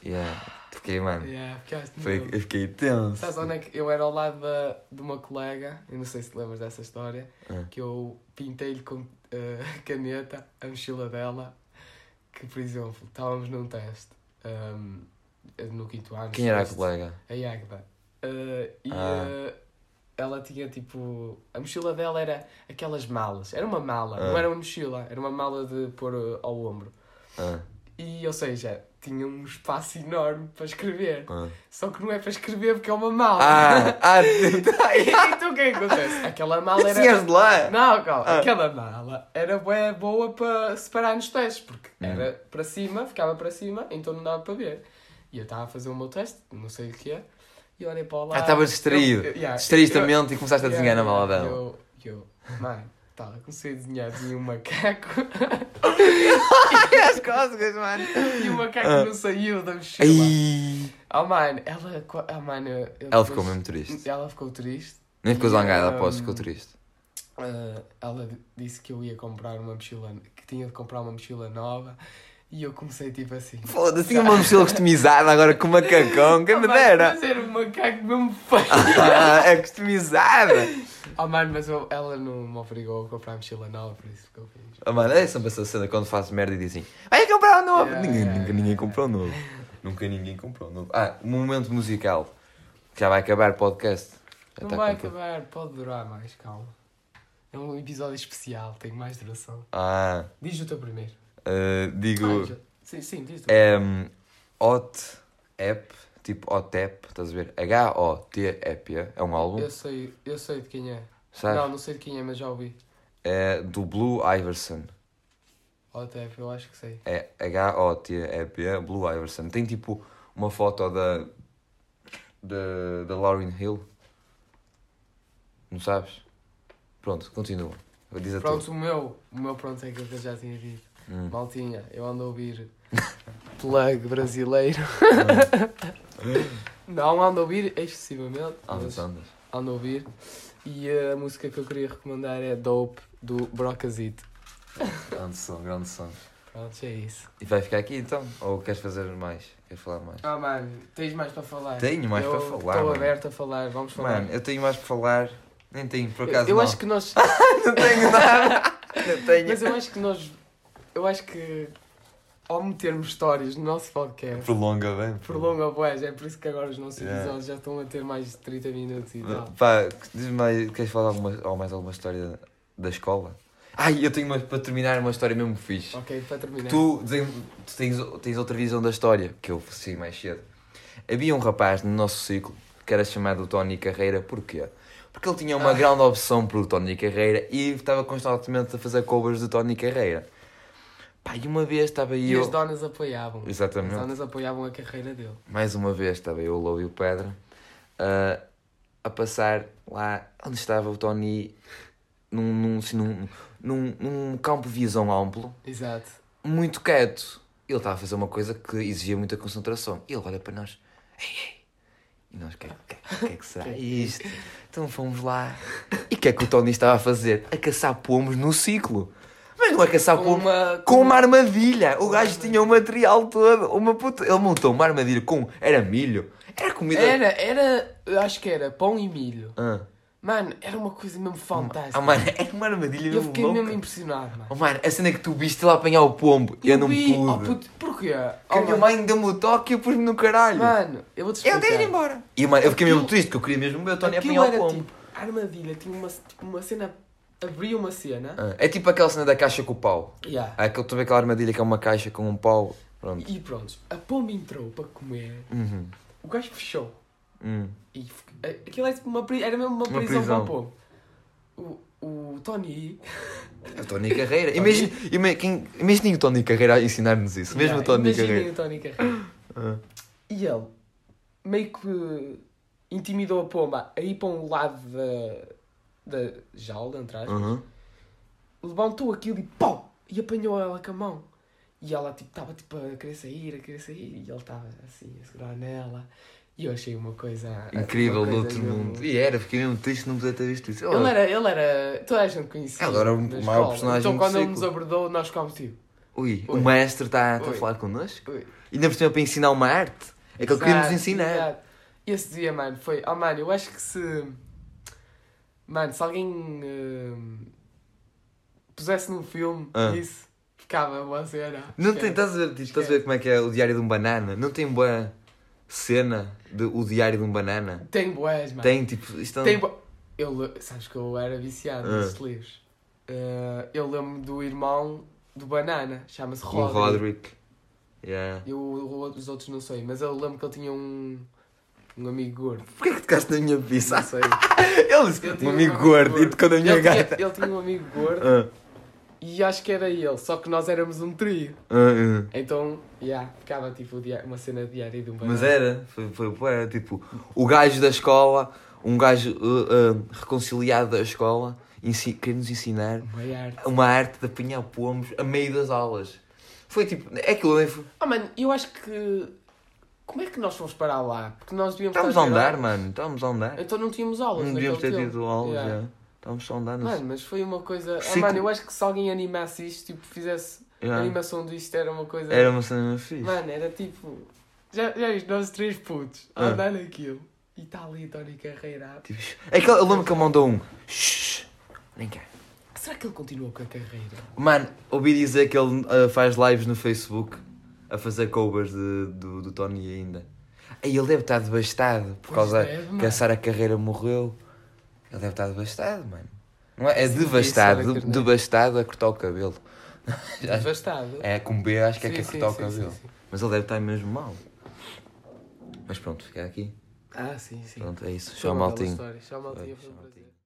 Speaker 1: Yeah. Fiquei, mano.
Speaker 2: Yeah, ficaste
Speaker 1: Foi,
Speaker 2: no-
Speaker 1: eu fiquei tenso.
Speaker 2: Sabes onde é que eu era ao lado da, de uma colega, eu não sei se te lembras dessa história,
Speaker 1: Ah.
Speaker 2: que eu pintei-lhe com eh, (laughs) caneta a mochila dela, que por exemplo, estávamos num teste ahm, no quinto ano.
Speaker 1: Quem era a
Speaker 2: sexto,
Speaker 1: colega?
Speaker 2: A Agda. Eh, e
Speaker 1: Ah.
Speaker 2: eh, ela tinha tipo. A mochila dela era aquelas malas. Era uma mala,
Speaker 1: Ah.
Speaker 2: não era uma mochila, era uma mala de pôr eh, ao ombro.
Speaker 1: Ah,
Speaker 2: E ou seja, tinha um espaço enorme para escrever.
Speaker 1: ah.
Speaker 2: Só que não é para escrever porque é uma mala.
Speaker 1: Ah,
Speaker 2: (laughs)
Speaker 1: ah,
Speaker 2: então o que é que acontece? Aquela mala
Speaker 1: esse
Speaker 2: era.
Speaker 1: gajo de lá!
Speaker 2: Não, calma,
Speaker 1: Ah.
Speaker 2: aquela mala era bué boa para separar nos testes, porque era para cima, ficava para cima, então não dava para ver. E eu estava a fazer o meu teste, não sei o que é, e olhei para lá.
Speaker 1: Ah, estavas distraído.
Speaker 2: Eu- eu- yeah,
Speaker 1: Distraíste a
Speaker 2: eu-
Speaker 1: mente e começaste a
Speaker 2: yeah,
Speaker 1: desenhar na mala
Speaker 2: yeah,
Speaker 1: dela.
Speaker 2: Eu, eu, mãe, tá, comecei a desenhar, desenhei um macaco, (laughs)
Speaker 1: As cócegas, mano!
Speaker 2: e o macaco não saiu da mochila.
Speaker 1: Ah. Ai.
Speaker 2: Oh, mano, ela. co- Oh, mano, eu- eu
Speaker 1: Ela
Speaker 2: depois-
Speaker 1: ficou mesmo triste.
Speaker 2: Ela ficou triste.
Speaker 1: Nem ficou
Speaker 2: E,
Speaker 1: zangada,
Speaker 2: um,
Speaker 1: aposto, ficou triste.
Speaker 2: Ah, ela d- disse que eu ia comprar uma mochila, que tinha de comprar uma mochila nova e eu comecei tipo assim.
Speaker 1: Foda-se, tinha uma mochila customizada agora com
Speaker 2: (laughs)
Speaker 1: macacão, quem
Speaker 2: "Ah,
Speaker 1: me
Speaker 2: mano,
Speaker 1: dera!
Speaker 2: Mas era um macaco mesmo (laughs) feio.
Speaker 1: Ah, é customizada!
Speaker 2: oh mano, mas eu- ela não me obrigou a comprar a mochila nova, por isso ficou fixe.
Speaker 1: Ah, mano, é sempre essa cena quando fazes merda e dizem Vai comprar um novo!
Speaker 2: Yeah,
Speaker 1: ninguém,
Speaker 2: yeah,
Speaker 1: nunca
Speaker 2: yeah,
Speaker 1: ninguém
Speaker 2: yeah.
Speaker 1: comprou um novo. nunca ninguém comprou um novo. Ah, um momento musical. Já vai acabar o podcast. Já
Speaker 2: Não
Speaker 1: tá
Speaker 2: vai
Speaker 1: com-
Speaker 2: acabar, pode durar mais, calma. É um episódio especial, tem mais duração.
Speaker 1: Ah,
Speaker 2: Diz o teu primeiro.
Speaker 1: ah,
Speaker 2: Ah,
Speaker 1: digo.
Speaker 2: já- sim, sim, diz o teu
Speaker 1: É hum, Hot App, tipo Hot App, estás a ver? H-O-T-E-P, é um álbum,
Speaker 2: Eu sei, eu sei de quem é.
Speaker 1: sabe?
Speaker 2: Não, não sei de quem é, mas já ouvi.
Speaker 1: É do Blue Iverson.
Speaker 2: Oh, Tef, eu acho que sei.
Speaker 1: É H-O-T-E-P, Blue Iverson. Tem tipo uma foto da. da, da Lauren Hill. Não sabes? Pronto, continua. Diz a
Speaker 2: Pronto, o meu, o meu pronto é aquilo que eu já tinha dito.
Speaker 1: tu. Hum.
Speaker 2: Maltinha, eu ando a ouvir (laughs) plug
Speaker 1: (laughs)
Speaker 2: brasileiro. Não ando a ouvir excessivamente,
Speaker 1: Andas,
Speaker 2: mas
Speaker 1: andas.
Speaker 2: ando a ouvir. E a música que eu queria recomendar é Dope, do Brocazito.
Speaker 1: Grande som, grande som.
Speaker 2: Pronto, é isso.
Speaker 1: E vai ficar aqui então? Ou queres fazer mais? Queres falar mais?
Speaker 2: Ah, mano, tens mais para falar?
Speaker 1: Tenho mais
Speaker 2: Eu
Speaker 1: para falar,
Speaker 2: Estou
Speaker 1: mano.
Speaker 2: aberto a falar, vamos falar.
Speaker 1: Mano, eu tenho mais para falar. Nem tenho, por acaso.
Speaker 2: eu
Speaker 1: não.
Speaker 2: acho
Speaker 1: (laughs)
Speaker 2: que nós.
Speaker 1: não tenho (laughs) nada. Não tenho.
Speaker 2: Mas eu acho que nós. Eu acho que. Ao metermos histórias no nosso podcast.
Speaker 1: Prolonga bem.
Speaker 2: Prolonga, pois, é por isso que agora os nossos
Speaker 1: Yeah.
Speaker 2: episódios já estão a ter mais de 30 minutos e tal.
Speaker 1: Ah. Pá, diz-me mais, queres falar alguma, ou mais alguma história da escola? Ai, eu tenho uma, para terminar uma história mesmo fixe.
Speaker 2: Ok, para terminar.
Speaker 1: Tu, desen- tu tens, tens outra visão da história, que eu sei mais cedo. Havia um rapaz no nosso ciclo que era chamado Tony Carreira, porquê? Porque ele tinha uma
Speaker 2: Ah.
Speaker 1: grande opção pelo Tony Carreira e estava constantemente a fazer covers do Tony Carreira. Pá, e uma vez estava
Speaker 2: E
Speaker 1: eu.
Speaker 2: as donas apoiavam. As
Speaker 1: Exatamente.
Speaker 2: donas apoiavam a carreira dele.
Speaker 1: Mais uma vez estava eu, o Lobo e o Pedro a- a passar lá onde estava o Tony num, num, assim, num, num, num campo de visão amplo,
Speaker 2: Exato.
Speaker 1: muito quieto. Ele estava a fazer uma coisa que exigia muita concentração. E ele olha para nós. Ei, ei. E nós, o que, é- que, é- que é que
Speaker 2: (laughs)
Speaker 1: será isto? Então fomos lá. E o que é que o Tony estava a fazer? A caçar pomos no ciclo. Mas não é caçar pomos
Speaker 2: uma.
Speaker 1: com uma armadilha. O gajo tinha o material todo. Uma puta... Ele montou uma armadilha com. Era milho. Era comida.
Speaker 2: Era, era. eu Acho que era pão e milho.
Speaker 1: Ah.
Speaker 2: Mano, era uma coisa mesmo fantástica.
Speaker 1: Ah, mano, era uma armadilha
Speaker 2: eu
Speaker 1: mesmo
Speaker 2: fiquei
Speaker 1: louca.
Speaker 2: mesmo impressionado, mano.
Speaker 1: Oh, mano, a cena que tu viste lá apanhar o pombo. Eu, não
Speaker 2: vi- Oh,
Speaker 1: pude.
Speaker 2: puto, porquê?
Speaker 1: a
Speaker 2: Oh,
Speaker 1: minha
Speaker 2: mano,
Speaker 1: mãe deu-me é o toque e eu pus-me no caralho.
Speaker 2: mano, eu vou te
Speaker 1: eu
Speaker 2: explicar.
Speaker 1: dei-lhe embora. E mano, eu fiquei mesmo
Speaker 2: Aquilo-
Speaker 1: triste, que eu queria mesmo ver o Tony
Speaker 2: Aquilo
Speaker 1: apanhar o
Speaker 2: era
Speaker 1: pombo.
Speaker 2: tipo. a Armadilha, tinha uma, tipo, uma cena. Abria uma cena.
Speaker 1: Ah, É tipo aquela cena da caixa com o pau.
Speaker 2: Yeah.
Speaker 1: Ah, Aquele, tu vê aquela armadilha que é uma caixa com um pau. Pronto.
Speaker 2: E pronto, a pomba entrou para comer.
Speaker 1: Uhum.
Speaker 2: O gajo fechou.
Speaker 1: Hum.
Speaker 2: E f- aquilo é tipo uma pri- era mesmo uma
Speaker 1: Uma
Speaker 2: prisão,
Speaker 1: prisão.
Speaker 2: para o povo. O, o Tony.
Speaker 1: É o Tony Carreira. Imagina, ima- quem- imaginem o Tony Carreira a ensinar-nos isso. Mesmo o Tony
Speaker 2: Imaginem
Speaker 1: Carreira.
Speaker 2: o Tony Carreira.
Speaker 1: Ah.
Speaker 2: E ele meio que intimidou a pomba a ir para um lado da, da jaula, entre aspas.
Speaker 1: Uhum.
Speaker 2: Levantou aquilo e pau! E apanhou ela com a mão. E ela tipo estava tipo, a querer sair, a querer sair. E ele estava assim a segurar nela. E eu achei uma coisa.
Speaker 1: Incrível
Speaker 2: uma
Speaker 1: do
Speaker 2: coisa
Speaker 1: outro
Speaker 2: mesmo-
Speaker 1: mundo. E era, fiquei mesmo triste não poder ter visto isso.
Speaker 2: Ele era, ele era. Toda a gente conhecia.
Speaker 1: Ele era o
Speaker 2: na
Speaker 1: maior
Speaker 2: escola.
Speaker 1: personagem
Speaker 2: Então
Speaker 1: do
Speaker 2: quando ele
Speaker 1: ciclo.
Speaker 2: nos abordou, nós ficámos tipo.
Speaker 1: Ui, o
Speaker 2: Oi.
Speaker 1: mestre está a
Speaker 2: Oi.
Speaker 1: falar connosco?
Speaker 2: "Ui,
Speaker 1: E ainda por cima para ensinar uma arte? É aquilo que queria nos
Speaker 2: Exato,
Speaker 1: ensinar.
Speaker 2: exato. Esse dia, mano, foi. Oh, mano, eu acho que se. Mano, se alguém. eh, pusesse num filme
Speaker 1: Ah.
Speaker 2: isso, ficava boa cena.
Speaker 1: Não
Speaker 2: Esquece.
Speaker 1: tem, estás a, ver, tipo, estás a ver como é que é o diário de um banana? Não tem boa cena de o diário de um banana?
Speaker 2: Tem boés, mano.
Speaker 1: Tem, tipo, isto é um-
Speaker 2: Tem bo- Eu, le- sabes que eu era viciado
Speaker 1: Ah.
Speaker 2: nesses livros. Eh, eu lembro do irmão do Banana, chama-se
Speaker 1: o
Speaker 2: Roderick.
Speaker 1: Roderick. Yeah.
Speaker 2: Eu o- os outros não sei, mas eu lembro que ele tinha um, um amigo gordo.
Speaker 1: Porquê que tocaste na minha
Speaker 2: Não
Speaker 1: pizza?
Speaker 2: sei.
Speaker 1: (laughs) Ele disse,
Speaker 2: Eu
Speaker 1: um
Speaker 2: tinha
Speaker 1: amigo gordo, e tocou na minha
Speaker 2: ele,
Speaker 1: gata.
Speaker 2: tinha, ele tinha um amigo gordo
Speaker 1: Ah,
Speaker 2: e acho que era ele, só que nós éramos um trio.
Speaker 1: ah, ah.
Speaker 2: Então, yeah, ficava tipo o dia- uma cena diária de um banana.
Speaker 1: Mas era, foi, foi, era tipo, o gajo da escola, um gajo ah, ah, reconciliado da escola, ensi- queria-nos ensinar
Speaker 2: Uma arte.
Speaker 1: uma arte de apanhar pomos a meio das aulas. Foi tipo, é aquilo, nem foi.
Speaker 2: Ah, mano, eu acho que. Como é que nós fomos parar lá? Porque nós devíamos
Speaker 1: Estávamos a
Speaker 2: estar ver
Speaker 1: andar,
Speaker 2: aulas.
Speaker 1: mano, estávamos a andar.
Speaker 2: Então não tínhamos aulas.
Speaker 1: Não devíamos ter
Speaker 2: naquele tempo.
Speaker 1: tido aulas,
Speaker 2: um Yeah.
Speaker 1: já. Estávamos só a andar. Nos...
Speaker 2: Mano, mas foi uma coisa. Ah,
Speaker 1: Sim,
Speaker 2: mano,
Speaker 1: que-
Speaker 2: eu acho que se alguém animasse isto, tipo, fizesse a
Speaker 1: Yeah.
Speaker 2: animação disto, era uma coisa.
Speaker 1: Era uma cena fixe.
Speaker 2: Mano, era tipo. Já, já viste, nós três putos a
Speaker 1: Ah.
Speaker 2: andar naquilo. E está ali Tony Carreira.
Speaker 1: Tipo, shh. Aquele, eu lembro que ele mandou um. Shhh, vem cá.
Speaker 2: Será que ele continuou com a carreira?
Speaker 1: Mano, ouvi dizer que ele ah, faz lives no Facebook a fazer covers de, do, do Tony ainda. Aí ele deve estar devastado por
Speaker 2: Pois
Speaker 1: causa
Speaker 2: deve,
Speaker 1: que
Speaker 2: mano.
Speaker 1: a Sara Carreira morreu. Ele deve estar devastado, mano. Não é? É
Speaker 2: Sim,
Speaker 1: devastado,
Speaker 2: Sara
Speaker 1: de-
Speaker 2: Carneiro.
Speaker 1: devastado a cortar o cabelo.
Speaker 2: Devastado.
Speaker 1: É, com B acho que é que é
Speaker 2: Sim, sim,
Speaker 1: cortar o
Speaker 2: sim,
Speaker 1: cabelo.
Speaker 2: sim, sim.
Speaker 1: Mas ele deve estar mesmo mal. Mas pronto, fica aqui.
Speaker 2: Ah, sim, sim.
Speaker 1: Pronto, é isso.
Speaker 2: Foi
Speaker 1: Tchau,
Speaker 2: uma bela
Speaker 1: maltinho.
Speaker 2: história. Chama
Speaker 1: Foi,
Speaker 2: Maltinho, Ah, foi um
Speaker 1: chama Maltinho.
Speaker 2: prazer.